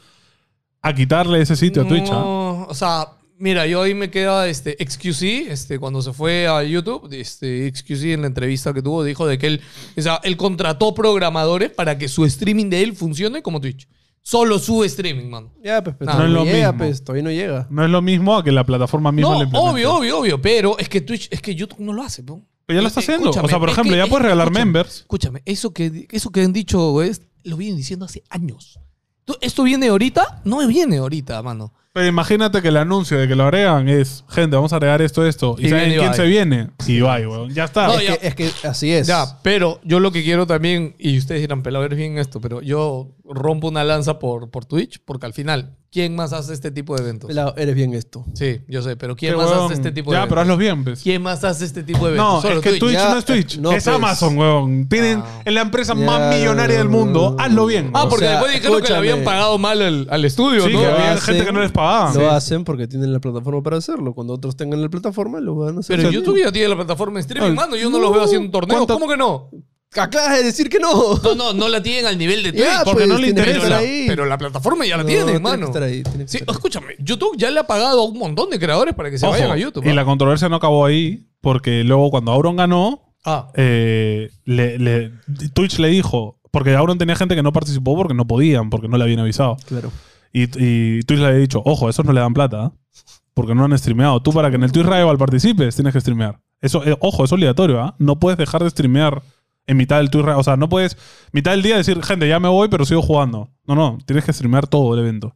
S3: a quitarle ese sitio a Twitch. ¿ah?
S1: No, o sea, mira, yo ahí me queda este XQC, este, cuando se fue a YouTube, este, XQC en la entrevista que tuvo dijo de que él, o sea, él contrató programadores para que su streaming de él funcione como Twitch. Solo su streaming, mano.
S2: Ya, pues, pero
S1: No
S2: todavía
S3: es
S2: no
S3: lo
S2: llega,
S3: mismo.
S2: pues, todavía no llega.
S3: No es lo mismo a que la plataforma misma
S1: No,
S3: le implemente.
S1: obvio, obvio, obvio, pero es que Twitch, es que YouTube no lo hace, po.
S3: Pero ya lo está
S1: Eh,
S3: haciendo. O sea,
S1: escúchame,
S3: por
S1: es
S3: ejemplo,
S1: que-
S3: ya
S1: es
S3: puedes
S1: que
S3: regalar
S1: escúchame,
S3: members.
S1: Escúchame, eso que, eso que han dicho, güey, es- lo vienen diciendo hace años. Tú- ¿Esto viene ahorita? No viene ahorita, mano.
S3: Pero imagínate que el anuncio de que lo agregan es, gente, vamos a agregar esto, esto. ¿Y,
S1: Y
S3: saben
S1: viene
S3: quién
S1: Ibai.
S3: se viene? Ibai, weón. Ya está.
S1: No,
S2: es,
S1: ya.
S2: que, es que así es.
S1: Ya, pero yo lo que quiero también, y ustedes dirán, pelado, eres bien esto, pero yo rompo una lanza por, por Twitch, porque al final, ¿quién más hace este tipo de eventos?
S2: Pelado, eres bien esto.
S1: Sí, yo sé, pero
S3: Qué
S1: ¿quién más
S3: weón.
S1: hace este tipo de
S3: Ya, pero
S1: eventos?
S3: hazlos bien, pues.
S1: ¿Quién más hace este tipo de eventos?
S3: No,
S1: Solo
S3: es que Twitch,
S2: Ya,
S3: no es Twitch.
S2: no,
S3: es
S2: pues. Ah.
S3: Amazon, weón. Tienen, es la empresa más
S2: Ya,
S3: millonaria del mundo. Hazlo bien.
S1: Ah,
S2: O
S1: porque
S2: sea,
S1: después dijeron que le
S2: escúchame.
S1: habían pagado mal al, al estudio,
S3: Sí,
S1: ¿no?
S3: que
S2: Lo
S3: había gente que no les pagaban.
S2: Lo
S3: Sí.
S2: hacen porque tienen la plataforma para hacerlo. Cuando otros tengan la plataforma, lo van a hacer.
S1: Pero
S2: O sea, Ah,
S1: YouTube ya tiene la plataforma de streaming,
S3: No,
S1: mano. Yo no los veo haciendo torneos.
S3: ¿cuánto-
S1: ¿Cómo que no?
S2: Acabas de decir que no.
S1: No, no, no la tienen al nivel de Twitch.
S2: Ya,
S1: porque
S2: pues,
S1: no le
S2: tiene que
S1: interesa.
S2: estar
S1: Pero,
S2: ahí.
S1: la plataforma ya la
S2: No,
S1: tiene,
S2: tiene que
S1: mano.
S2: estar ahí, tiene que
S1: Sí,
S2: estar ahí.
S1: escúchame, YouTube ya le ha pagado a un montón de creadores para que se
S3: Ojo,
S1: vayan a YouTube.
S3: Y
S1: ¿ah?
S3: la controversia no acabó ahí, porque luego cuando Auron ganó,
S1: Ah,
S3: eh, le- le- Twitch le dijo, porque Auron tenía gente que no participó porque no podían, porque no le habían avisado.
S2: Claro.
S3: Y, y Twitch le había dicho, ojo, esos no le dan plata, ¿ah? porque no han streameado. Tú para que en el Twitch Rival participes, tienes que streamear. Eso, eh, ojo, es obligatorio, ¿ah? No puedes dejar de streamear en mitad del Twitch Rival. O sea, no puedes, mitad del día decir, gente, ya me voy, pero sigo jugando. No, no, tienes que streamear todo el evento.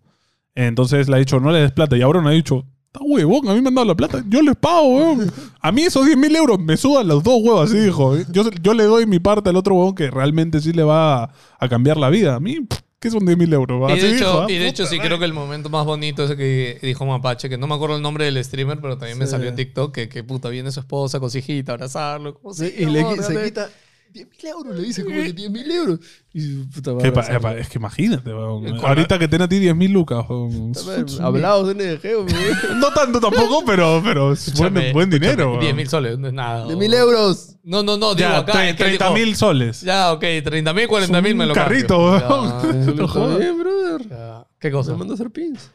S3: Entonces le ha dicho, no le des plata. Y Auron ha dicho, está huevón, a mí me han dado la plata, yo les pago, huevón. A mí esos 10 mil euros me sudan los dos huevos, así dijo. Yo, yo le doy mi parte al otro huevón que realmente sí le va a, a cambiar la vida. A mí, pff, ¿qué son 10 mil euros?
S1: y
S3: Así
S1: de, hecho,
S3: dijo, ¿ah?
S1: y de hecho,
S3: Puta
S1: sí
S3: madre.
S1: creo que el momento más bonito es que dijo Mapache, que no me acuerdo el nombre del streamer, pero también me
S2: Sí.
S1: salió en TikTok, que, que puta, viene su esposa con su hijita a abrazarlo. ¿Cómo se
S2: y le qui- se quita 10.000 euros, le dice como que 10.000 euros. Y puta
S3: Que
S2: madre.
S3: pa- pa- es que imagínate, weón.
S1: Con la-
S3: Ahorita que tiene a ti 10.000 lucas. weón.
S2: Hablados de NDG, güey.
S3: No tanto tampoco, pero, pero es buen, buen dinero. weón.
S1: 10 mil soles, no es nada.
S2: De mil euros.
S1: No, no, no, digo
S3: Ya,
S1: acá. es que dijo,
S3: 30.000 soles.
S1: Ya, ok, 30 mil, 40 mil me
S3: un
S1: lo cambio.
S3: carrito,
S1: Ya,
S3: weón. No jodas.
S2: Bien, brother.
S1: ya. ¿Qué
S2: Se
S1: cosa?
S2: manda a hacer pins.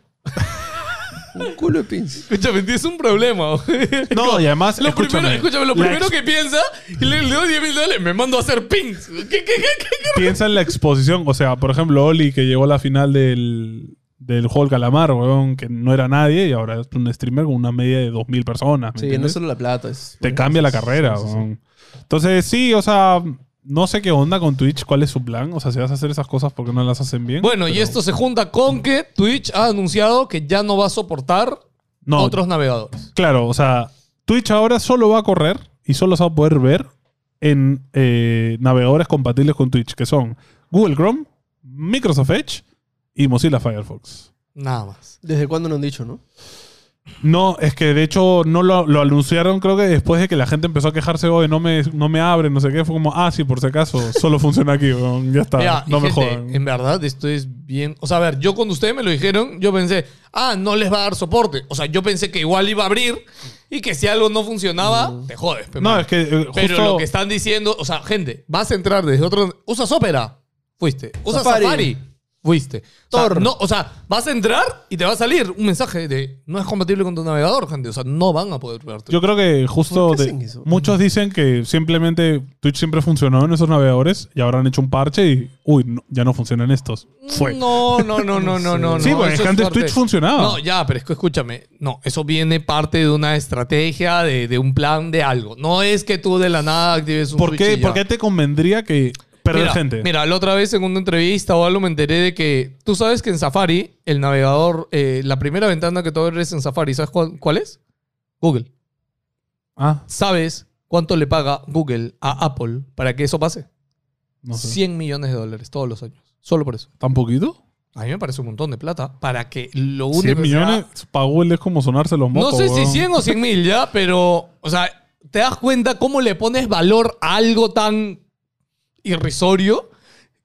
S2: Un culo de pins.
S1: Escúchame, es un problema. güey.
S3: No, y además,
S1: Lo
S3: escúchame,
S1: primero, escúchame, lo
S3: la
S1: primero
S3: ex-
S1: que piensa, y le, le doy 10 mil dólares, me mando a hacer pings. ¿Qué, qué, qué, qué,
S3: Piensa en la exposición. O sea, por ejemplo, Oli, que llegó a la final del, del Juego del Calamar, weón, que no era nadie y ahora es un streamer con una media de 2.000 personas. ¿me
S2: Sí, no
S3: entiendes?
S2: es solo la plata. Es,
S1: pues,
S3: Te cambia la carrera. weón. Entonces, sí, o sea, no sé qué onda con Twitch, cuál es su plan. O sea, si vas a hacer esas cosas, ¿por qué no las hacen bien?
S1: Bueno, y
S3: Pero-
S1: esto se junta con que Twitch ha anunciado que ya no va a soportar
S3: No,
S1: otros navegadores.
S3: Claro, o sea, Twitch ahora solo va a correr y solo se va a poder ver en eh, navegadores compatibles con Twitch, que son Google Chrome, Microsoft Edge y Mozilla Firefox.
S1: Nada más.
S2: ¿Desde cuándo no han dicho, no?
S3: No, es que de hecho no lo, lo anunciaron, creo que después de que la gente empezó a quejarse, oye, no me, no me abre, no sé qué, fue como, ah, sí, por si acaso, solo funciona aquí, weón, ya está,
S1: Mira, y
S3: no me
S1: gente,
S3: jodan.
S1: En verdad, esto es bien. O sea, a ver, yo cuando ustedes me lo dijeron, yo pensé, ah, no les va a dar soporte. O sea, yo pensé que igual iba a abrir y que si algo no funcionaba, te jodes. pe,
S3: Mm. No,
S1: mano.
S3: es que eh, justo...
S1: Pero lo que están diciendo, o sea, gente, vas a entrar desde otro. Usas Opera, fuiste. Usas
S2: Safari.
S1: Safari, fuiste. O sea,
S2: Tor.
S1: no, o sea, vas a entrar y te va a salir un mensaje de no es compatible con tu navegador, gente. O sea, no van a poder verte.
S3: Yo creo que justo
S2: ¿Por qué
S3: de-
S2: hacen eso?
S3: muchos dicen que simplemente Twitch siempre funcionó en esos navegadores y ahora han hecho un parche y uy, no, ya no funcionan estos. Fue.
S1: No, no, no, no, no, no.
S3: Mm, Sí,
S1: no,
S3: porque
S1: eso
S3: antes
S1: parte-
S3: Twitch funcionaba.
S1: No, ya, pero es que escúchame. No, eso viene parte de una estrategia, de, de un plan, de algo. No es que tú de la nada actives un
S3: ¿Por,
S1: Twitch
S3: qué,
S1: y ya.
S3: por qué te convendría que perder
S1: mira,
S3: gente?
S1: Mira, la otra vez en una entrevista o algo me enteré de que tú sabes que en Safari, el navegador, eh, la primera ventana que tú abres en Safari, ¿sabes cuál, cuál es? Google.
S3: Ah,
S1: ¿Sabes cuánto le paga Google a Apple para que eso pase?
S3: no sé.
S1: 100 millones de dólares todos los años. Solo por eso.
S3: ¿Tan poquito?
S1: A mí me parece un montón de plata para que lo único
S3: 100
S1: que sea-
S3: millones, pagó él es como sonarse los mocos.
S1: no sé
S3: weón.
S1: si 100 o 100 mil ya, pero, o sea, te das cuenta cómo le pones valor a algo tan irrisorio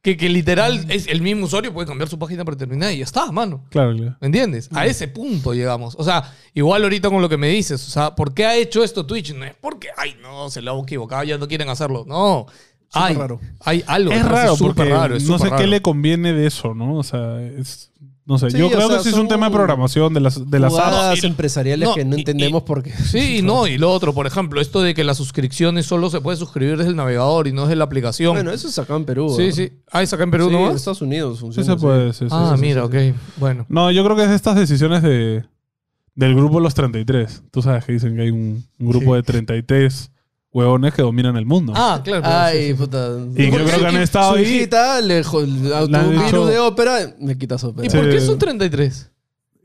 S1: que, que
S3: Mm.
S1: literal es el mismo usuario puede cambiar su página para terminar y ya está, mano.
S3: Claro, claro.
S1: ¿Me entiendes?
S3: Mm.
S1: A ese punto llegamos. O sea, igual ahorita con lo que me dices, o sea, ¿por qué ha hecho esto Twitch? No es porque, ay, no, se lo han equivocado, ya no quieren hacerlo. No. Hay,
S2: raro.
S1: hay algo.
S3: Es
S1: detrás,
S3: raro,
S1: súper
S3: porque
S1: es
S3: no sé
S1: súper
S3: qué
S1: raro.
S3: le conviene de eso, ¿no? O sea, es. No sé,
S2: Sí,
S3: yo
S2: o
S3: creo
S2: sea,
S3: que sí es
S2: son
S3: un tema de programación de las, de las apps.
S2: Jugadas
S1: No, y-
S2: empresariales
S1: no,
S2: que no
S1: y-
S2: entendemos
S1: y-
S2: por qué.
S1: Sí, y no, y lo otro, por ejemplo, esto de que las suscripciones solo se puede suscribir desde el navegador y no desde la aplicación.
S2: Bueno, eso es acá en Perú.
S1: sí,
S2: ¿eh?
S1: sí. Ah, ¿es acá en Perú
S2: Sí,
S1: no
S2: en
S1: más?
S2: Estados Unidos
S3: Sí,
S2: funciona.
S3: se
S2: sí.
S3: puede, sí, sí,
S1: Ah,
S3: sí, sí,
S1: mira,
S3: sí.
S1: ok. Bueno.
S3: No, yo creo que es estas decisiones de, del grupo Los 33. Tú sabes que dicen que hay un, un grupo de 33 huevones que dominan el mundo.
S1: Ah, claro. pero sí,
S2: Ay,
S1: sí.
S2: puta.
S3: Y yo creo que han estado
S2: Su
S3: ahí.
S2: hijita le jo- le-
S3: Le han
S2: un
S3: dicho-
S2: virus de ópera, me quitas
S1: ¿Y
S2: ópera.
S3: Sí.
S1: por qué son 33?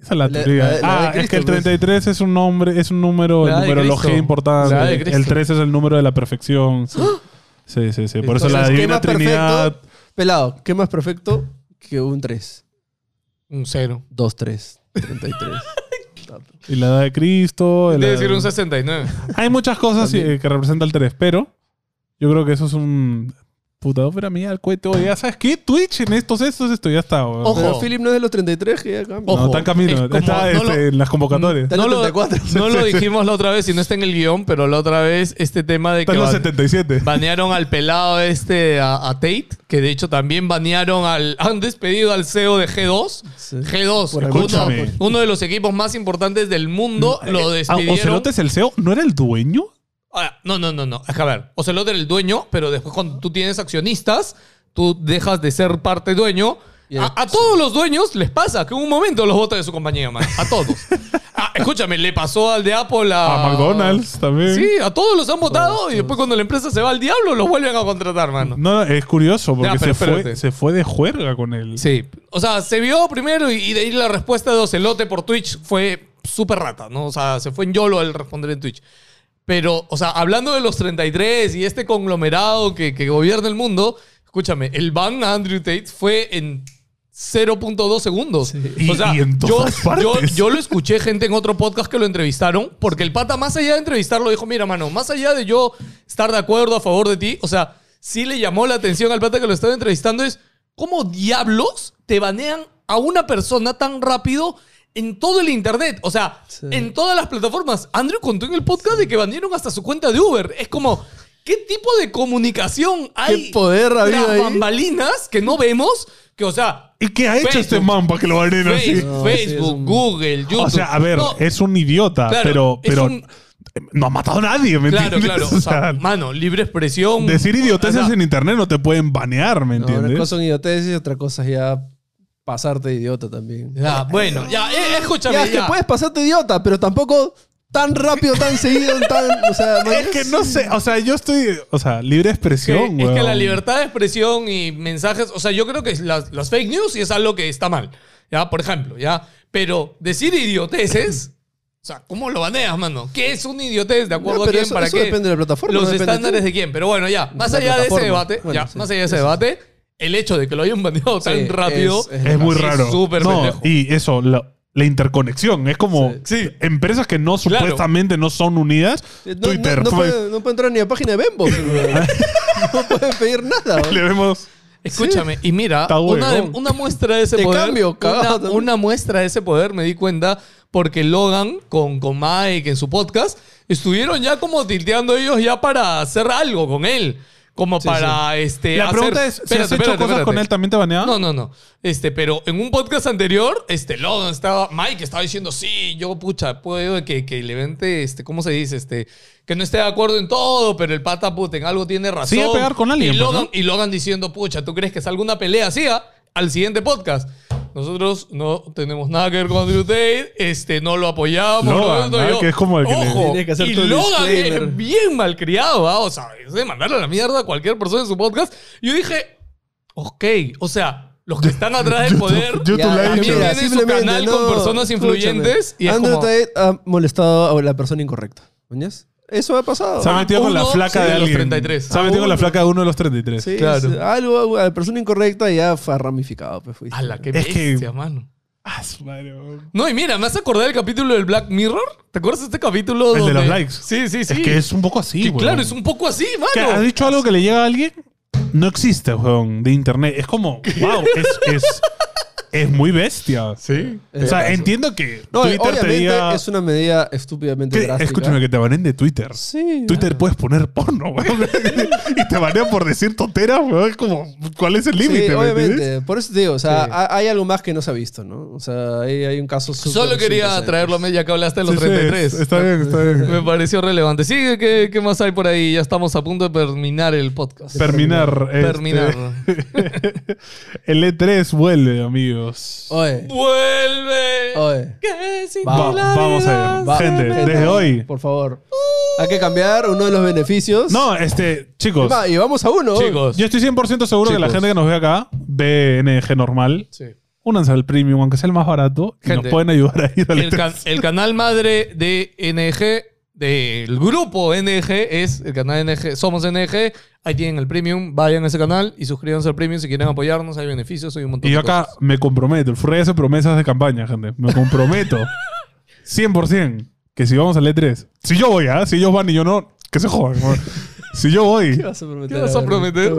S3: Esa es la
S2: La-
S3: teoría.
S2: la- la de
S3: ah, es
S2: Cristo,
S3: que el
S2: pues.
S3: 33 es un nombre, es un número,
S1: La de
S3: numerología
S1: Cristo. La de
S3: importante.
S1: Cristo.
S3: El 3 es el número de la perfección. Sí, sí, sí. sí. Por eso la
S2: Entonces, ¿qué
S3: Divina
S2: más perfecto?
S3: Trinidad.
S2: Pelado, ¿qué más perfecto que un 3?
S1: Un cero.
S2: 2, 3, 33.
S3: Y la edad de Cristo. y la-
S1: Debe decir un 69.
S3: Hay muchas cosas eh, que representa el 3, pero yo creo que eso es un. Puta ópera mía, el cohete. Oye, ¿sabes qué? Twitch en estos, estos, esto ya está. weón.
S1: Ojo.
S2: Pero Philip no es de los 33, que ya cambia.
S1: Ojo.
S3: no, está en
S1: es
S3: camino.
S1: como-
S3: está
S1: no
S3: este,
S1: lo- Mm,
S3: en las convocatorias.
S2: Está en
S1: No
S2: el
S1: lo,
S2: 34.
S1: no lo dijimos la otra vez y no está en el guión, pero la otra vez este tema de
S3: Está
S1: que
S3: en los
S1: ban-
S3: 77.
S1: banearon al pelado este a, a Tate, que de hecho también banearon al... Han despedido al CEO de G2.
S2: Sí.
S1: G2,
S2: Por
S3: escúchame.
S1: uno, uno de los equipos más importantes del mundo, lo
S3: Ah,
S1: despidieron.
S3: ¿Ocelote es el CEO? ¿No era el dueño?
S1: Ah, no, no, no, no. Es que a ver, Ocelote era el dueño, pero después cuando tú tienes accionistas, tú dejas de ser parte dueño.
S2: Y
S1: A, a todos los dueños les pasa que en un momento los votan de su compañía, man. A todos. Ah, escúchame, le pasó al de Apple a...
S3: A Ah, McDonald's también.
S1: Ah, Sí, a todos los han votado y después cuando la empresa se va al diablo los vuelven a contratar, mano.
S3: No, no, es curioso porque
S1: Ya, pero
S3: se,
S1: espérate.
S3: fue, se fue de juerga con él.
S1: Sí. O sea, se vio primero y, y de ahí la respuesta de Ocelote por Twitch fue súper rata, ¿no? O sea, se fue en YOLO al responder en Twitch. Pero, o sea, hablando de los 33 y este conglomerado que, que gobierna el mundo, escúchame, el ban a Andrew Tate fue en 0.2 segundos.
S3: Y-
S1: O sea,
S3: y en
S1: yo,
S3: todas
S1: yo,
S3: partes.
S1: yo lo escuché gente en otro podcast que lo entrevistaron, porque el pata, más allá de entrevistarlo, dijo: Mira, mano, más allá de yo estar de acuerdo a favor de ti, o sea, sí le llamó la atención al pata que lo estaba entrevistando, es cómo diablos te banean a una persona tan rápido. En todo el internet, o sea,
S2: Sí.
S1: en todas las plataformas. Andrew contó en el podcast de que banearon hasta su cuenta de Uber. Es como, ¿qué tipo de comunicación hay?
S2: poder ha habido
S1: tras
S2: ahí?
S1: bambalinas que no vemos, que, o sea,
S3: ¿Y qué ha hecho
S1: Facebook.
S3: este man para que lo baneen
S1: Face-
S3: así?
S1: Facebook,
S2: No, sí, es un-
S1: Google, YouTube.
S3: O sea, a ver,
S1: No,
S3: es un idiota,
S1: Claro,
S3: pero,
S1: es
S3: pero
S1: un-
S3: no ha matado a nadie, ¿me
S1: Claro,
S3: entiendes?
S1: claro.
S3: O
S1: O sea,
S3: sea,
S1: mano, libre expresión.
S3: decir idioteces
S1: O sea,
S3: en internet no te pueden banear, ¿me
S2: No, una
S3: entiendes?
S2: cosa son idioteces y otra cosa es ya pasarte de idiota también.
S1: ya, bueno, ya, eh, eh, escúchame.
S2: Ya, es que
S1: ya.
S2: puedes pasarte de idiota, pero tampoco tan rápido, tan seguido, tan... O sea,
S3: es que no sé, o sea, yo estoy, o sea,
S1: Que-
S3: libre expresión,
S1: es que
S3: weón.
S1: la libertad de expresión y mensajes, o sea, yo creo que las, las fake news sí es algo que está mal, ¿ya? Por ejemplo, ¿ya? Pero decir idioteces, o sea, ¿cómo lo baneas, mano? ¿Qué es un idiotez? ¿De acuerdo
S2: No,
S1: a
S2: pero
S1: quién?
S2: eso-
S1: ¿Para
S2: eso
S1: qué?
S2: depende de la plataforma,
S1: Los
S2: no depende de
S1: estándares
S2: ti.
S1: de quién, pero bueno, ya, más
S2: La
S1: allá de ese
S2: plataforma.
S1: debate,
S2: Bueno,
S1: ya,
S2: sí,
S1: más allá de ese
S2: eso sí.
S1: debate, el hecho de que lo hayan baneado tan
S2: Sí,
S1: rápido...
S2: es-
S3: Es muy
S1: Es
S3: raro.
S1: súper
S3: no,
S1: pendejo.
S3: y eso, la, la interconexión. Es como
S1: Sí.
S3: empresas que no
S1: Claro. Eh,
S3: supuestamente no son unidas.
S2: No, no-
S3: Twitter,
S2: no,
S3: fue-
S2: pueden, no pueden entrar ni a página de Bembo. no pueden pedir nada.
S3: le vemos.
S1: Escúchame, y mira,
S3: Está
S1: una, de-
S3: huevón.
S1: una muestra de ese
S2: Te
S1: poder.
S2: cambio, cagado
S1: una,
S2: también.
S1: una muestra de ese poder me di cuenta porque Logan con, con Mike en su podcast estuvieron ya como tilteando ellos ya para hacer algo con él. Como para este.
S3: La pregunta es:
S1: hacer-
S3: si has hecho
S1: Espérate,
S3: cosas
S1: espérate,
S3: con él, ¿también te baneaban?
S1: no, no, no. Este, pero en un podcast anterior, este, Logan estaba, Mike estaba diciendo, sí, yo, pucha, puedo que, que el evento, este, ¿cómo se dice? Este, que no esté de acuerdo en todo, pero el pata, puta, en algo tiene razón.
S3: Sí, a pegar con alguien,
S1: Y
S3: pues,
S1: Logan,
S3: ¿no?
S1: y Logan diciendo, pucha, ¿tú crees que salga una pelea así, ah? Al siguiente podcast. Nosotros no tenemos nada que ver con Drew Tate, este, no lo apoyamos.
S3: Logan,
S1: no,
S3: ¿ah? que es como el que le-
S1: Ojo,
S2: Tienes que hacer
S1: y
S2: tu
S1: Logan es
S2: disclaimer.
S1: bien malcriado, ¿ah? O sea, es de mandar a la mierda a cualquier persona en su podcast. Yo dije, Ok, o sea, los que están atrás del poder
S3: YouTube
S2: Ya,
S3: lo ha
S2: ya,
S3: hecho.
S1: mira, tiene su canal con personas
S2: escúchame.
S1: influyentes y es
S2: Andrew
S1: como-
S2: Tate ha molestado a la persona incorrecta. ¿Mañas? Eso ha pasado.
S3: Se ha
S1: Ah,
S3: metido con la
S1: uno, sí,
S3: flaca
S1: de
S3: de
S1: los
S3: alguien.
S1: 33.
S3: Se ha
S2: Ah,
S3: metido con la
S2: uno.
S3: flaca de uno de los 33.
S2: Sí,
S1: claro.
S2: es algo, a la persona incorrecta ya fue ramificado. Pues, fuiste.
S1: ¡Hala, qué
S3: Es que-
S1: bestia, mano!
S3: Ah, su madre, weón.
S1: No, y mira, me has acordado del capítulo del Black Mirror. ¿Te acuerdas de este capítulo?
S3: El de
S1: donde-
S3: los likes.
S1: Sí, sí, sí.
S3: Es que es un poco así,
S1: Que
S3: weón.
S1: claro, es un poco así,
S3: Que
S1: mano.
S3: ¿Has dicho algo que le llega a alguien? No existe, weón, de internet. Es como, wow, es, es, es muy bestia.
S1: Sí.
S3: O sea, entiendo que
S2: No,
S3: Twitter te
S2: obviamente
S3: diga...
S2: es una medida estúpidamente
S3: que-
S2: drástica.
S3: escúchame, que te banen de Twitter.
S2: Sí.
S3: Twitter puedes poner porno, weón. y te banean por decir tonteras, weón. Es como, ¿cuál es el
S2: Sí,
S3: límite? ¿me entiendes?
S2: obviamente. Por eso te digo, o sea,
S1: Sí.
S2: ha- hay algo más que no se ha visto, ¿no? O sea, hay, hay un caso súper
S1: Solo quería
S2: interesante.
S1: traerlo a mí, ya que hablaste de los
S3: Sí, sí,
S1: 33.
S3: está bien, está bien.
S1: Me pareció relevante. Sí, ¿qué, qué más hay por ahí? Ya estamos a punto de terminar el podcast.
S3: Terminar. este,
S1: Terminar.
S3: el E3 vuelve, amigos.
S2: Oye,
S1: ¡Vuelve!
S2: oye.
S1: Que sin
S2: Va-
S1: ti la
S3: vamos
S1: vida
S3: a ver.
S1: se
S3: Va- Gente,
S1: me
S3: desde
S1: va.
S3: hoy.
S2: Por favor. Hay que cambiar uno de los beneficios.
S3: No, este, chicos.
S2: Va, Y vamos a uno.
S1: Chicos.
S3: Yo estoy 100% seguro que la
S1: Chicos.
S3: gente que nos ve acá ve NG normal.
S1: Sí.
S3: Únanse al premium, aunque sea el más barato. Y
S1: Gente.
S3: nos pueden ayudar a ir al
S1: El,
S3: E3.
S1: can- el canal madre de NG, del grupo NG, es el canal NG. Somos NG. Ahí tienen el premium. Vayan a ese canal y suscríbanse al premium si quieren apoyarnos. Hay beneficios, hay un montón
S3: Y yo
S1: de
S3: acá
S1: cosas.
S3: me comprometo. El Furry hace promesas de campaña, gente. Me comprometo. 100% que si vamos al E3. Si yo voy, ¿ah? Si ellos van y yo no, que se jodan. weón. Si yo voy,
S2: ¿Qué vas a prometer?
S1: ¿Qué vas a prometer?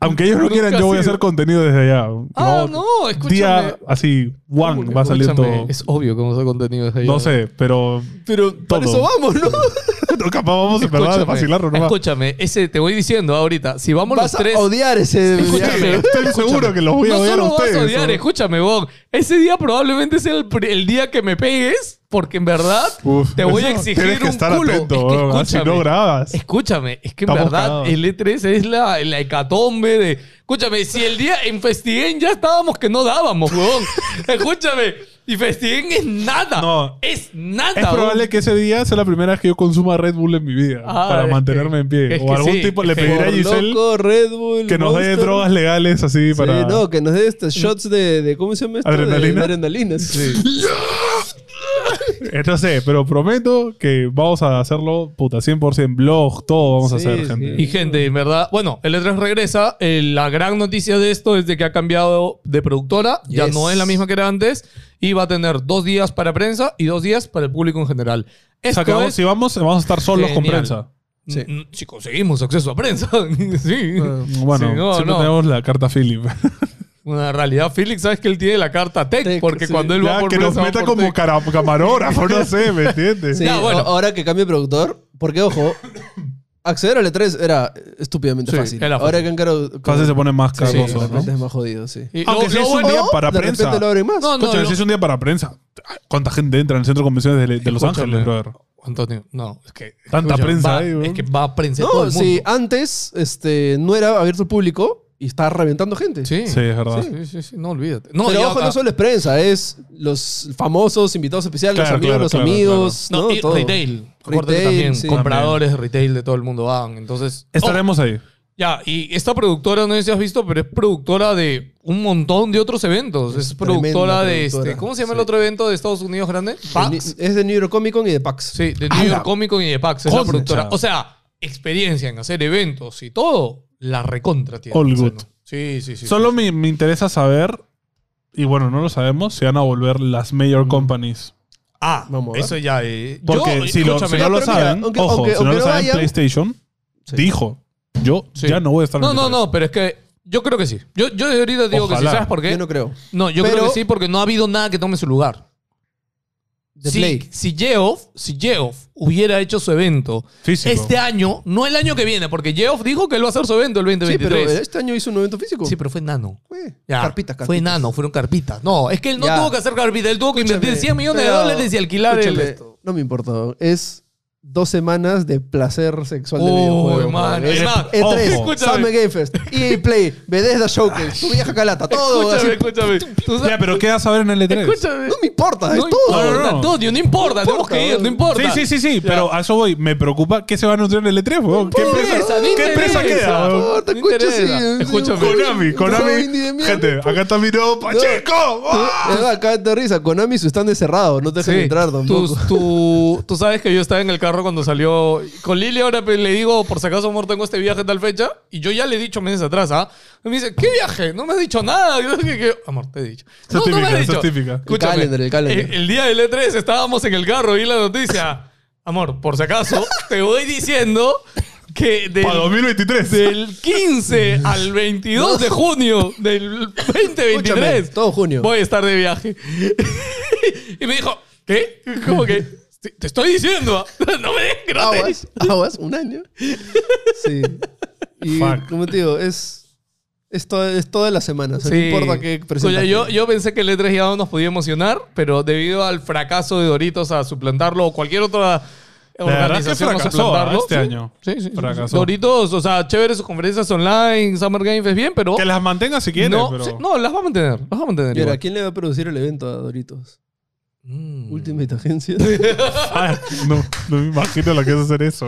S3: aunque ellos no
S1: Nunca
S3: quieran, yo voy a
S1: ha sido.
S3: hacer contenido desde allá.
S1: Ah,
S3: Vamos,
S1: no, escúchame.
S3: Día así, one, va a salir
S1: Escúchame,
S3: todo.
S1: Es obvio cómo está contenido desde ahí.
S3: No sé, pero.
S2: Pero para
S3: Todo.
S2: eso vamos, ¿no?
S3: no, capaz vamos en verdad a vacilarlo nomás.
S1: escúchame, ese te voy diciendo ahorita. Si vamos
S2: Vas
S1: los tres.
S2: a odiar ese
S1: Escúchame,
S2: viaje.
S3: Estoy seguro que los voy a
S1: no
S3: odiar a
S1: solo vas
S3: ustedes.
S1: a odiar,
S3: ¿no?
S1: escúchame, Bon. Ese día probablemente sea el, pri- el día que me pegues, porque en verdad
S3: Uf,
S1: te voy a
S3: eso
S1: exigir
S3: Tienes que
S1: un
S3: estar
S1: culo.
S3: atento,
S1: es que
S3: weón, así
S1: escúchame,
S3: no grabas.
S1: Escúchame, es que en
S3: Estamos
S1: verdad
S3: cagados.
S1: el E3 es la, la hecatombe de. Escúchame, si el día en Festigen ya estábamos que no dábamos, huevón. escúchame, y Festigen es nada.
S3: No.
S1: Es nada.
S3: Es probable que ese día sea la primera vez que yo consuma Red Bull en mi vida
S1: Ah,
S3: para
S1: es que-
S3: mantenerme en pie.
S1: es
S3: O
S1: que
S3: algún
S1: sí,
S3: tipo le
S1: es que-
S3: pediré a
S2: Por
S3: Giselle
S2: loco, Red Bull,
S3: que nos dé
S2: Monster.
S3: drogas legales así
S2: Sí,
S3: para.
S2: no, que nos dé estos shots de, de- ¿cómo se llama esto? De-
S3: ¿Adrenalina?
S2: de adrenalina, sí.
S3: Eh, No sé, pero prometo que vamos a hacerlo, puta, 100% blog, todo vamos a
S2: Sí,
S3: hacer,
S2: sí.
S3: gente.
S1: Y gente, en verdad, bueno, el E3 regresa. Eh, la gran noticia de esto es de que ha cambiado de productora. Ya
S2: Yes.
S1: no es la misma que era antes. Y va a tener dos días para prensa y dos días para el público en general.
S3: O
S1: Esto
S3: sea, que vamos-
S1: es-
S3: si vamos, vamos a estar solos con
S1: genial.
S3: prensa.
S2: Sí.
S1: Mm, Si conseguimos acceso a prensa. sí.
S3: Eh, Bueno,
S1: Sí, no,
S3: siempre
S1: no.
S3: tenemos la carta Philip.
S1: Una realidad. Félix, ¿sabes que él tiene la carta tech?
S2: Tech,
S1: porque
S2: sí.
S1: cuando él va
S3: Ya,
S1: por
S3: que nos
S1: prensa, va
S3: meta
S1: por
S3: como
S1: tech.
S3: cara- camarógrafo, no sé, ¿me entiendes?
S2: Sí,
S1: Ya, bueno.
S2: a- ahora que cambie productor, porque ojo, acceder al E3 era estúpidamente
S1: Sí,
S2: fácil.
S1: era fácil.
S2: Ahora que han caro-
S3: Fácil se pone más
S2: Sí,
S3: cargoso,
S2: de
S3: ¿no?
S2: repente es más jodido, sí.
S1: Y
S3: Aunque
S1: lo-
S3: sí
S1: lo
S3: es un
S1: bueno-
S3: día para
S2: de
S3: prensa.
S2: repente lo abren más.
S1: No, no,
S3: Escúchame,
S1: lo-
S3: si es un día para prensa. ¿Cuánta gente entra en el centro de convenciones de, de Los
S1: Escúchame, Oh.
S3: Ángeles, brother?
S1: Antonio, no, es que.
S3: Tanta
S1: escucha,
S3: prensa
S1: va-
S3: ahí, weón.
S1: Es que va a prensa
S2: No,
S1: todo el mundo.
S2: sí, ah, antes este, no era abierto al público y estaba reventando gente.
S1: Sí,
S3: Sí, es verdad.
S1: Sí, sí, sí, no olvídate. No,
S2: Pero
S1: y
S2: ojo,
S1: acá-
S2: no solo es prensa, es los famosos invitados especiales, los
S3: Claro,
S2: amigos,
S3: claro,
S2: los
S3: claro,
S2: amigos,
S1: No,
S2: ¿no?
S1: y
S2: Todo.
S1: retail. Acuérdate que
S2: Retail,
S1: también
S2: sí.
S1: compradores de retail de todo el mundo van. Entonces, oh,
S3: Estaremos ahí.
S1: ya, y esta productora, no sé si has visto, pero es productora de un montón de otros eventos. Es,
S2: tremenda
S1: productora de este.
S2: productora,
S1: ¿Cómo se llama el
S2: sí.
S1: otro evento de Estados Unidos grande? PAX.
S2: Es de New York Comic Con y de PAX.
S1: Sí, de
S3: ¡Hala!
S1: New York Comic Con y de PAX. Es la
S3: Concha.
S1: productora. O sea, experiencia en hacer eventos y todo, la recontra tiene.
S3: All
S1: O sea,
S3: good.
S1: ¿no? Sí, sí, sí.
S3: Solo
S1: sí.
S3: me, me interesa saber, y bueno, no lo sabemos, si van a volver las major companies.
S1: Ah,
S2: Vamos a ver.
S1: eso ya. eh,
S3: Porque
S1: Mm. yo-
S3: si, lo- si
S1: escúchame,
S3: no lo
S2: pero mira,
S3: saben,
S2: aunque-
S3: ojo,
S2: aunque-
S3: si no
S2: aunque
S3: lo
S2: no
S3: saben,
S2: vayan-
S3: PlayStation
S2: Sí.
S3: dijo, yo
S1: Sí.
S3: ya no voy a estar en
S1: No,
S3: el E
S1: no,
S3: E3.
S1: no, pero es que yo creo que sí. Yo, yo de ahorita digo que sí.
S3: Ojalá.
S1: ¿Sabes por qué?
S2: Yo no creo.
S1: No, yo creo
S2: Pero-
S1: que sí, porque no ha habido nada que tome su lugar.
S2: De
S1: si,
S2: Play.
S1: Si Geoff, si Geoff hubiera hecho su evento
S3: Físico.
S1: este año, no el año que viene, porque Geoff dijo que él va a hacer su evento
S3: eh,
S1: el
S2: Sí, pero
S1: 2023. Sí,
S2: este año hizo un evento físico.
S1: pero, fue nano.
S2: Eh,
S1: Ya.
S2: Carpitas, carpitas.
S1: Fue nano, fueron carpitas. No, es que él no
S2: Ya.
S1: tuvo que hacer carpitas, él tuvo que
S2: Escúchame,
S1: invertir 100 millones de
S2: pero-
S1: dólares y alquilar el.
S2: escúchame,
S1: esto.
S2: No me importa. Es dos semanas de placer sexual de
S1: Uy,
S2: videojuegos.
S1: man.
S2: man. Es
S1: Es más,
S3: ojo.
S2: E3,
S1: Escúchame.
S2: Summer Game Fest, EA Play, Bethesda Showcase, tu vieja calata, todo.
S1: Escúchame,
S2: así.
S1: escúchame. Tú sabes-
S3: Ya, pero ¿qué vas a ver en el E E3?
S1: Escúchame.
S2: No me importa, es
S1: No
S2: todo.
S1: importa,
S3: No, no, no.
S1: Antonio, no importa, tenemos que ir, no importa.
S3: Sí, sí, sí, sí,
S1: Ya.
S3: pero a eso voy. Me preocupa qué se va a anunciar en el E3, weón. ¿Qué empresa,
S1: interesa, no
S3: ¿qué
S1: interesa.
S3: empresa queda?
S2: No
S3: weón?
S2: importa,
S1: No
S2: escucha,
S1: interesa.
S2: sí, sí,
S1: Escúchame.
S2: sí.
S3: Konami,
S2: No,
S3: Konami.
S2: indie de mierda.
S3: Gente, acá está mi nuevo Pacheco. ¡Ah!
S2: Es más, Acá te risa, Konami su stand es cerrado, no te dejan
S1: Sí.
S2: entrar tampoco.
S1: Tú, tú- tú sabes que yo estaba en el carro Navarro cuando salió. Con Lili ahora pues, le digo, por si acaso, amor, tengo este viaje tal fecha. Y yo ya le he dicho meses atrás, ¿ah? Y me dice, ¿qué viaje? No me has dicho nada. Yo, ¿qué, qué? Amor, te he dicho. No, no me
S3: Certifica,
S1: has dicho.
S3: certifica. El
S1: Escúchame,
S2: calendar, el calendar.
S1: El, el día del E3 estábamos en el carro y la noticia. Amor, por si acaso, te voy diciendo que del,
S3: Para 2023.
S1: del 15 al 22 de junio del 2023
S2: Escúchame, todo junio.
S1: voy a estar de viaje. y me dijo, ¿qué? Como que, "Te- te estoy diciendo, ah". no me des gratis.
S2: Aguas, aguas, un año. Sí. Y
S3: Fuck.
S2: como te digo, es, es, to- es todas las semanas. No importa qué
S1: Oye,
S2: presentación.
S1: yo, yo pensé que el E3 ya no nos podía emocionar, pero debido al fracaso de Doritos a suplantarlo o cualquier otra
S3: verdad es que
S1: organización a
S3: fracasó,
S1: suplantarlo.
S3: ¿ah? este
S1: sí.
S3: año.
S1: Sí, sí, sí.
S3: Fracasó.
S1: Doritos, o sea, chévere sus conferencias online, Summer Games es bien, pero...
S3: Que las mantenga si quieres,
S1: no,
S3: pero.
S1: sí, no, las va a mantener, las va a mantener.
S2: Y ahora,
S1: igual.
S2: ¿quién le va a producir el evento a Doritos?
S1: Mm.
S2: Ultimate Agencia.
S3: Ah, no, no me imagino lo que es hacer eso.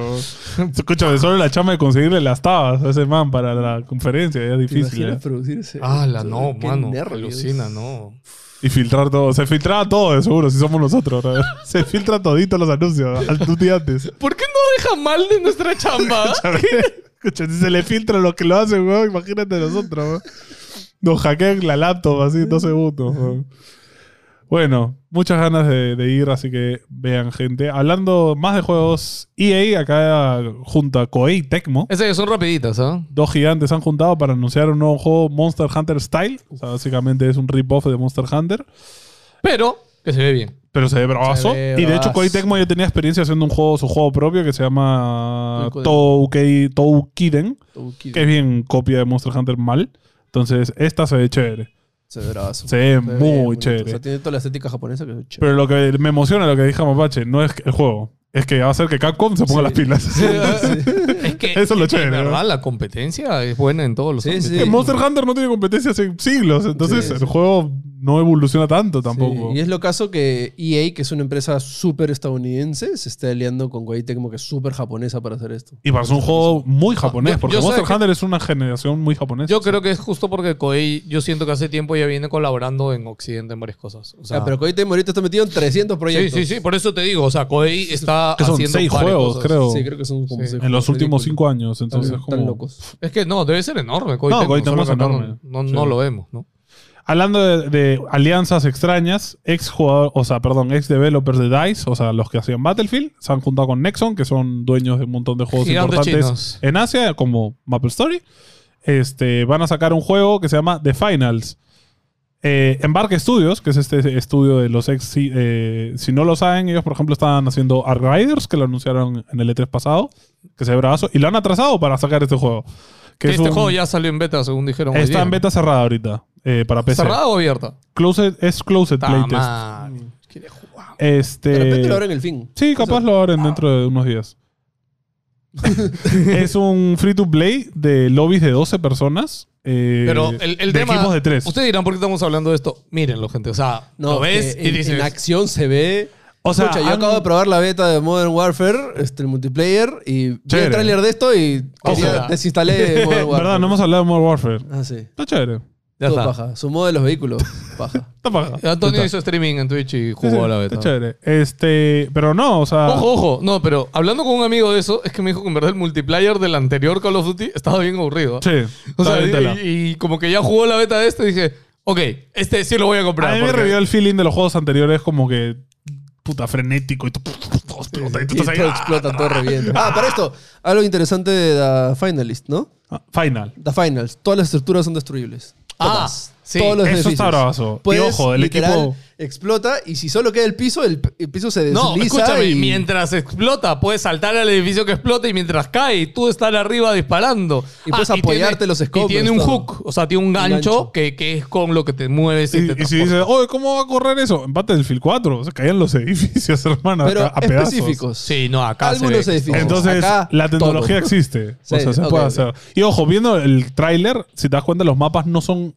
S3: Escúchame, solo la chama de conseguirle las tabas a ese man para la conferencia ya es
S2: ¿Te
S3: difícil.
S2: imaginas
S3: ¿eh?
S2: producir ese?
S1: Ah, la
S2: evento?
S1: no,
S2: Qué
S1: mano.
S2: nervios.
S1: Alucina, no.
S3: Y filtrar todo. Se filtraba todo, de seguro, si somos nosotros. ¿no? Se filtra todito los anuncios al- un día antes.
S1: ¿Por qué no deja mal de nuestra chamba?
S3: Escucha, si se le filtra lo que lo hace, weón, imagínate nosotros, weón. Nos hackean la laptop así en dos segundos, weón. Bueno, muchas ganas de, de ir, así que vean, gente. Hablando más de juegos, EA acá junto a Koei y Tecmo.
S1: Esas que son rapiditas, ¿ah?
S3: Dos gigantes se han juntado para anunciar un nuevo juego Monster Hunter Style. O sea, básicamente es un rip-off de Monster Hunter.
S1: Pero que se ve bien.
S3: Pero se ve bravazo.
S2: ve
S3: y de hecho,
S2: bravazo.
S3: Koei Tecmo ya tenía experiencia haciendo un juego, su juego propio, que se llama
S2: Toukiden.
S3: Toukei- Toukiden.
S2: Toukiden.
S3: Que es bien copia de Monster Hunter mal. Entonces, esta se ve chévere.
S2: Se ve bravazo.
S3: Se ve
S2: bien
S3: muy
S2: bonito.
S3: chévere.
S2: O sea, tiene toda la estética japonesa que es chévere.
S3: Pero lo que me emociona, lo que dijo Mapache, no es que- el juego. Es que va a ser que Capcom se ponga
S2: Sí.
S3: las pilas.
S1: Es que
S3: Eso es lo chévere,
S1: La verdad,
S3: ¿no?
S1: la competencia es buena en todos los
S2: Sí,
S1: ámbitos.
S2: sí.
S3: Que Monster Hunter no tiene competencia hace siglos. Entonces,
S2: Sí,
S3: el
S2: sí.
S3: juego no evoluciona tanto tampoco.
S2: Sí, Y es lo caso que EA, que es una empresa súper estadounidense, se está aliando con Koei Tecmo, que es súper japonesa para hacer esto.
S3: Y pasó un juego muy japonés,
S1: Ah, yo-
S3: porque
S1: yo sé
S3: Monster
S1: que-
S3: Hunter es una generación muy japonesa.
S1: Yo creo que es justo porque Koei, yo siento que hace tiempo ya viene colaborando en Occidente en varias cosas. O sea,
S2: Ah, pero Koei Tecmo ahorita está metido en 300
S1: sí,
S2: proyectos.
S1: sí, sí, por eso te digo. O sea, Koei está
S3: Que son
S1: haciendo
S3: seis
S1: varias
S3: juegos,
S1: cosas.
S3: creo.
S2: Sí, creo que son como
S1: Sí.
S2: seis
S3: en los
S2: juegos ridículos.
S3: últimos cinco años.
S2: Están-
S3: Entonces,
S2: están
S3: como...
S2: locos.
S1: Es que no, debe ser enorme. Koei
S3: No,
S1: Tecmo,
S3: Koei Tecmo
S1: solo
S3: es
S1: que no-
S3: enorme.
S1: No,
S3: Sí.
S1: no lo vemos, ¿no?
S3: Hablando de, de alianzas extrañas, ex jugador, o sea, perdón, ex developers de DICE, o sea, los que hacían Battlefield, se han juntado con Nexon, que son dueños de un montón de juegos
S1: Gigantes
S3: importantes
S1: chinos.
S3: en Asia, como Maple Story. Este, van a sacar un juego que se llama The Finals. Eh, Embarque Studios, que es este estudio de los ex. si- eh, si no lo saben, ellos, por ejemplo, estaban haciendo Ark Riders, que lo anunciaron en el E3 pasado, que se ve bravazo, y lo han atrasado para sacar este juego.
S1: Que
S3: Que es
S1: este
S3: un-
S1: juego ya salió en beta, según dijeron. hoy
S3: Está
S1: día,
S3: en
S1: ¿no?
S3: beta cerrada ahorita, eh, para PC.
S1: ¿Cerrada o abierta?
S3: Closed, es Closed
S1: Ta
S3: Playtest.
S1: madre. Quiere jugar.
S3: Este,
S2: De repente lo abren el fin.
S3: Sí, capaz lo abren dentro de unos días. es un free to play de lobbies de 12 personas. eh,
S1: Pero el, el
S3: de
S1: tema.
S3: equipos de 3.
S1: Ustedes dirán por qué estamos hablando de esto. Mírenlo, gente. O sea,
S2: No,
S1: lo ves
S2: que
S1: y
S2: en,
S1: dices.
S2: en acción se ve.
S3: O sea,
S2: Escucha, yo
S3: han-
S2: acabo de probar la beta de Modern Warfare, este, el multiplayer, y vi
S3: Chévere.
S2: el tráiler de esto y quería-
S1: Ojalá.
S2: desinstalé Modern Warfare.
S3: verdad, no hemos hablado de Modern Warfare.
S2: Ah, sí.
S3: Está chévere.
S1: ya
S2: Todo
S1: está.
S2: paja. Sumó de los vehículos. Paja.
S3: Está paja.
S1: Antonio
S3: Está.
S1: hizo streaming en Twitch y
S3: Sí,
S1: jugó
S3: sí,
S1: a la
S3: Está
S1: beta.
S3: chévere. Este, pero no, o sea.
S1: Ojo, ojo. No, pero hablando con un amigo de eso, es que me dijo que en verdad el multiplayer del anterior Call of Duty estaba bien aburrido.
S3: Sí.
S1: O sea,
S3: está bien tela.
S1: y, y como que ya jugó la beta de este, dije, ok, este sí lo voy a comprar.
S3: A mí me
S1: porque-
S3: revivió el feeling de los juegos anteriores como que puta frenético y tú, todo explota, y tú
S2: Y
S3: estás ahí,
S2: todo
S3: ah.
S2: explota, todo revienta. Ah, para esto, algo interesante de The Finalist, ¿no?
S3: Ah, Final.
S2: The Finals. Todas las estructuras son destruibles.
S1: Ah,
S2: Todas.
S1: sí.
S2: Todos los
S3: Eso está
S2: edificios.
S3: bravazo. Y
S2: Puedes,
S3: ojo, el
S2: literal,
S3: equipo-
S2: explota y si solo queda el piso, el, p- el piso se desliza
S1: No, escúchame,
S2: y-
S1: mientras explota, puedes saltar al edificio que explota y mientras cae, tú estar arriba disparando.
S2: Y puedes apoyarte
S1: tiene-
S2: los
S1: Y
S2: scopers,
S1: tiene un
S2: todo.
S1: hook, o sea, tiene un gancho,
S2: gancho.
S1: Que, que es con lo que te mueves. Y,
S3: Y,
S1: te
S3: y si
S1: transportas.
S3: dices, oye, ¿cómo va a correr eso? En Battlefield 4. Se caían los edificios, hermano.
S2: Pero
S3: a, a pedazos.
S2: específicos.
S1: Sí, no, acá se ve
S2: Algunos
S1: que-
S2: edificios.
S3: Entonces,
S2: Acá,
S3: la tecnología
S2: todo.
S3: existe. o
S2: Sí,
S3: sea, se
S2: ok,
S3: puede
S2: ok.
S3: hacer. Y ojo, viendo el tráiler, si te das cuenta, los mapas no son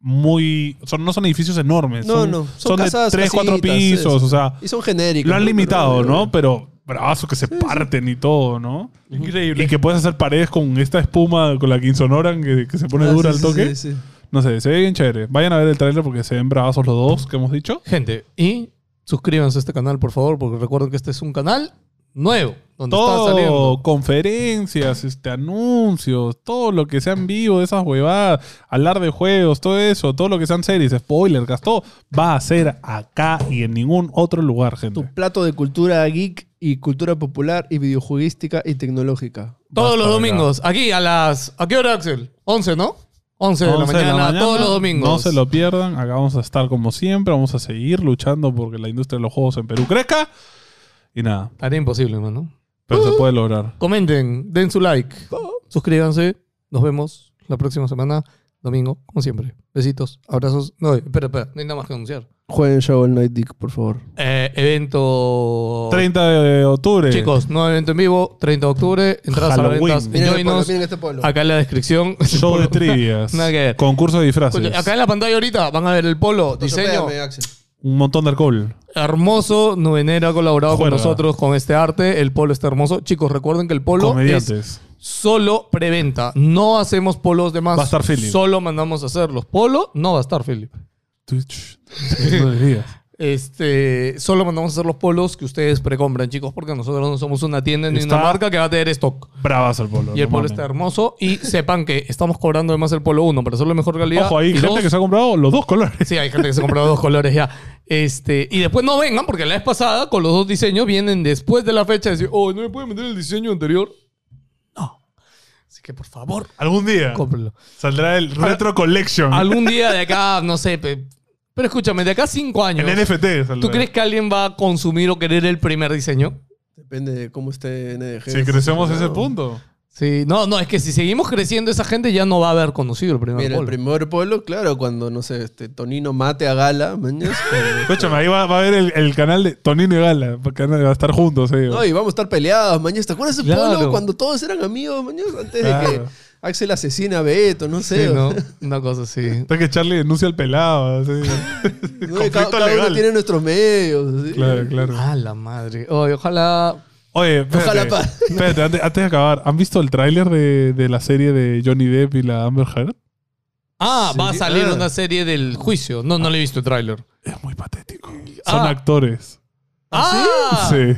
S3: muy. Son, no son edificios enormes.
S2: No, no. Son casas,
S3: de 3, 4
S2: casitas,
S3: pisos.
S2: es.
S3: O sea,
S2: Y son genéricos.
S3: lo han
S2: ¿no?
S3: limitado,
S2: Pero-
S3: ¿no? Pero bravazo que se parten y todo, ¿no?
S1: Increíble.
S3: Y que puedes hacer paredes con esta espuma con la que insonoran, que, que se pone
S2: Ah,
S3: dura
S2: sí,
S3: al
S2: sí,
S3: toque.
S2: sí, sí.
S3: No sé, se ve bien chévere. Vayan a ver el tráiler porque se ven bravazos los dos que hemos dicho.
S1: Gente, y suscríbanse a este canal, por favor, porque recuerden que este es un canal nuevo, donde estaba saliendo.
S3: Todo, conferencias, este, anuncios, todo lo que sean vivo, de esas huevadas, hablar de juegos, todo eso, todo lo que sean series, spoilers, todo va a ser acá y en ningún otro lugar, gente.
S2: Tu plato de cultura geek y cultura popular y videojueguística y tecnológica.
S1: Todos
S3: Basta,
S1: los
S3: ya.
S1: domingos, aquí a las. ¿A qué hora, Axel? 11, ¿no? 11 de, la
S3: 11 de
S1: mañana,
S3: la mañana,
S1: todos los domingos.
S3: No se lo pierdan, acá vamos a estar como siempre, vamos a seguir luchando porque la industria de los juegos en Perú crezca. Y nada,
S1: Tarea imposible, mano.
S3: pero
S1: Uh-huh.
S3: se puede lograr.
S1: Comenten, den su like, suscríbanse. Nos vemos la próxima semana, domingo, como siempre. Besitos, abrazos. No, espera, espera, no hay nada más que anunciar.
S2: Jueguen Shovel Knight Dick, por favor.
S1: Eh, evento.
S3: 30 de octubre.
S1: Chicos, nuevo evento en vivo, 30 de octubre. Entradas a la
S3: Halloween.
S1: ventas.
S2: Miren este pueblo,
S1: Joinos.
S2: miren este pueblo.
S1: Acá en la descripción.
S3: Show de trivias.
S1: Nada que ver.
S3: concurso de disfraces.
S1: Escucha, Acá en la pantalla ahorita van a ver el polo, diseño.
S2: Atropéllame, Axel.
S3: Un montón de alcohol.
S1: Hermoso, Nubenera ha colaborado
S3: Juerga.
S1: con nosotros con este arte. El polo está hermoso. Chicos, recuerden que el polo es
S3: Comediantes.
S1: solo preventa. No hacemos polos de más.
S3: Va a estar Philip.
S1: Solo mandamos a hacerlos. Polo no va a estar, Philip.
S3: Twitch. No dirías.
S1: Este, solo mandamos a hacer los polos que ustedes precompran, chicos, porque nosotros no somos una tienda ni
S3: Está-
S1: una marca que va a tener stock.
S3: Bravas el polo.
S1: Y el
S3: no
S1: polo
S3: mames.
S1: está hermoso. Y sepan que estamos cobrando además el polo 1 para hacerlo de mejor calidad.
S3: Ojo, hay
S1: y
S3: gente
S1: dos,
S3: que se ha comprado los dos colores.
S1: Sí, hay gente que se compró dos colores ya. Este, y después no vengan, porque la vez pasada con los dos diseños vienen después de la fecha y decir, oh, ¿no me pueden meter el diseño anterior? No. Así que por favor,
S3: Algún día
S1: cómprenlo.
S3: saldrá el
S1: Ah,
S3: Retro Collection.
S1: Algún día de acá, no sé, pe- pero escúchame, de acá a cinco años,
S3: En NFT saldrá.
S1: ¿tú crees que alguien va a consumir o querer el primer diseño?
S2: Depende de cómo esté NDG.
S3: Si crecemos a ese punto.
S1: Sí, no, no, es que si seguimos creciendo, esa gente ya no va a haber conocido el primer
S2: Mira, el
S1: polo.
S2: primer pueblo, claro, cuando, no sé, este, Tonino mate a Gala, mañas. o-
S3: Escúchame, ahí va, va a haber el, el canal de Tonino y Gala. Porque van a estar juntos ellos.
S2: No, y vamos a estar peleados, mañas. ¿Te acuerdas ese
S1: Claro.
S2: pueblo cuando todos eran amigos, mañas? Antes de que
S3: Claro.
S2: Axel asesina a Beto, no
S1: Sí,
S2: sé.
S1: ¿no? Una cosa así.
S3: Hasta que Charlie denuncia al pelado. así.
S2: No,
S3: Conflicto
S2: cada, cada
S3: legal.
S2: uno tiene nuestros medios. así.
S3: Claro, claro.
S1: A la madre. Oye, ojalá
S3: Oye, espérate,
S2: Ojalá pa-
S3: Espérate, antes, antes de acabar, ¿han visto el tráiler de, de la serie de Johnny Depp y la Amber Heard?
S1: Ah, va a
S2: Sí.
S1: salir
S2: Ah.
S1: una serie del juicio. No, no le he visto el tráiler.
S3: Es muy patético. Son
S1: Ah.
S3: actores.
S1: Ah,
S3: Sí.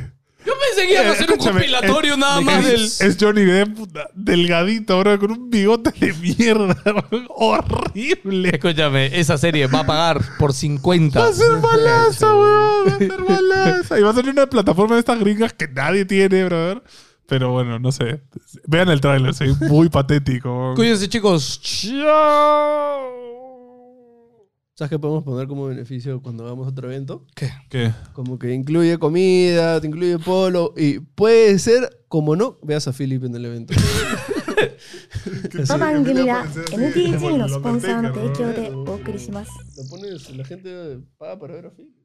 S1: yo pensé que iban a
S3: Eh,
S1: hacer un
S3: escúchame,
S1: compilatorio
S3: es-
S1: nada
S3: es-
S1: más del.
S3: Es Johnny Depp puta, delgadito, bro, con un bigote de mierda. bro. Horrible.
S1: Escúchame, esa serie va a pagar por 50.
S3: Va a ser balaza, weón. Va a ser balaza. Y va a ser en una plataforma de estas gringas que nadie tiene, brother. Pero bueno, no sé. Vean el tráiler, soy muy patético. weón.
S1: Cuídense, chicos.
S3: Chao.
S2: ¿Sabes qué podemos poner como beneficio cuando hagamos otro evento?
S1: ¿Qué?
S3: ¿Qué?
S2: Como que incluye comida, te incluye polo y puede ser, como no, veas a Philip en el evento.
S6: この番組は NTG のスポンサーの提供でお送りします。
S2: Lo pones, la gente paga para ver a Philip.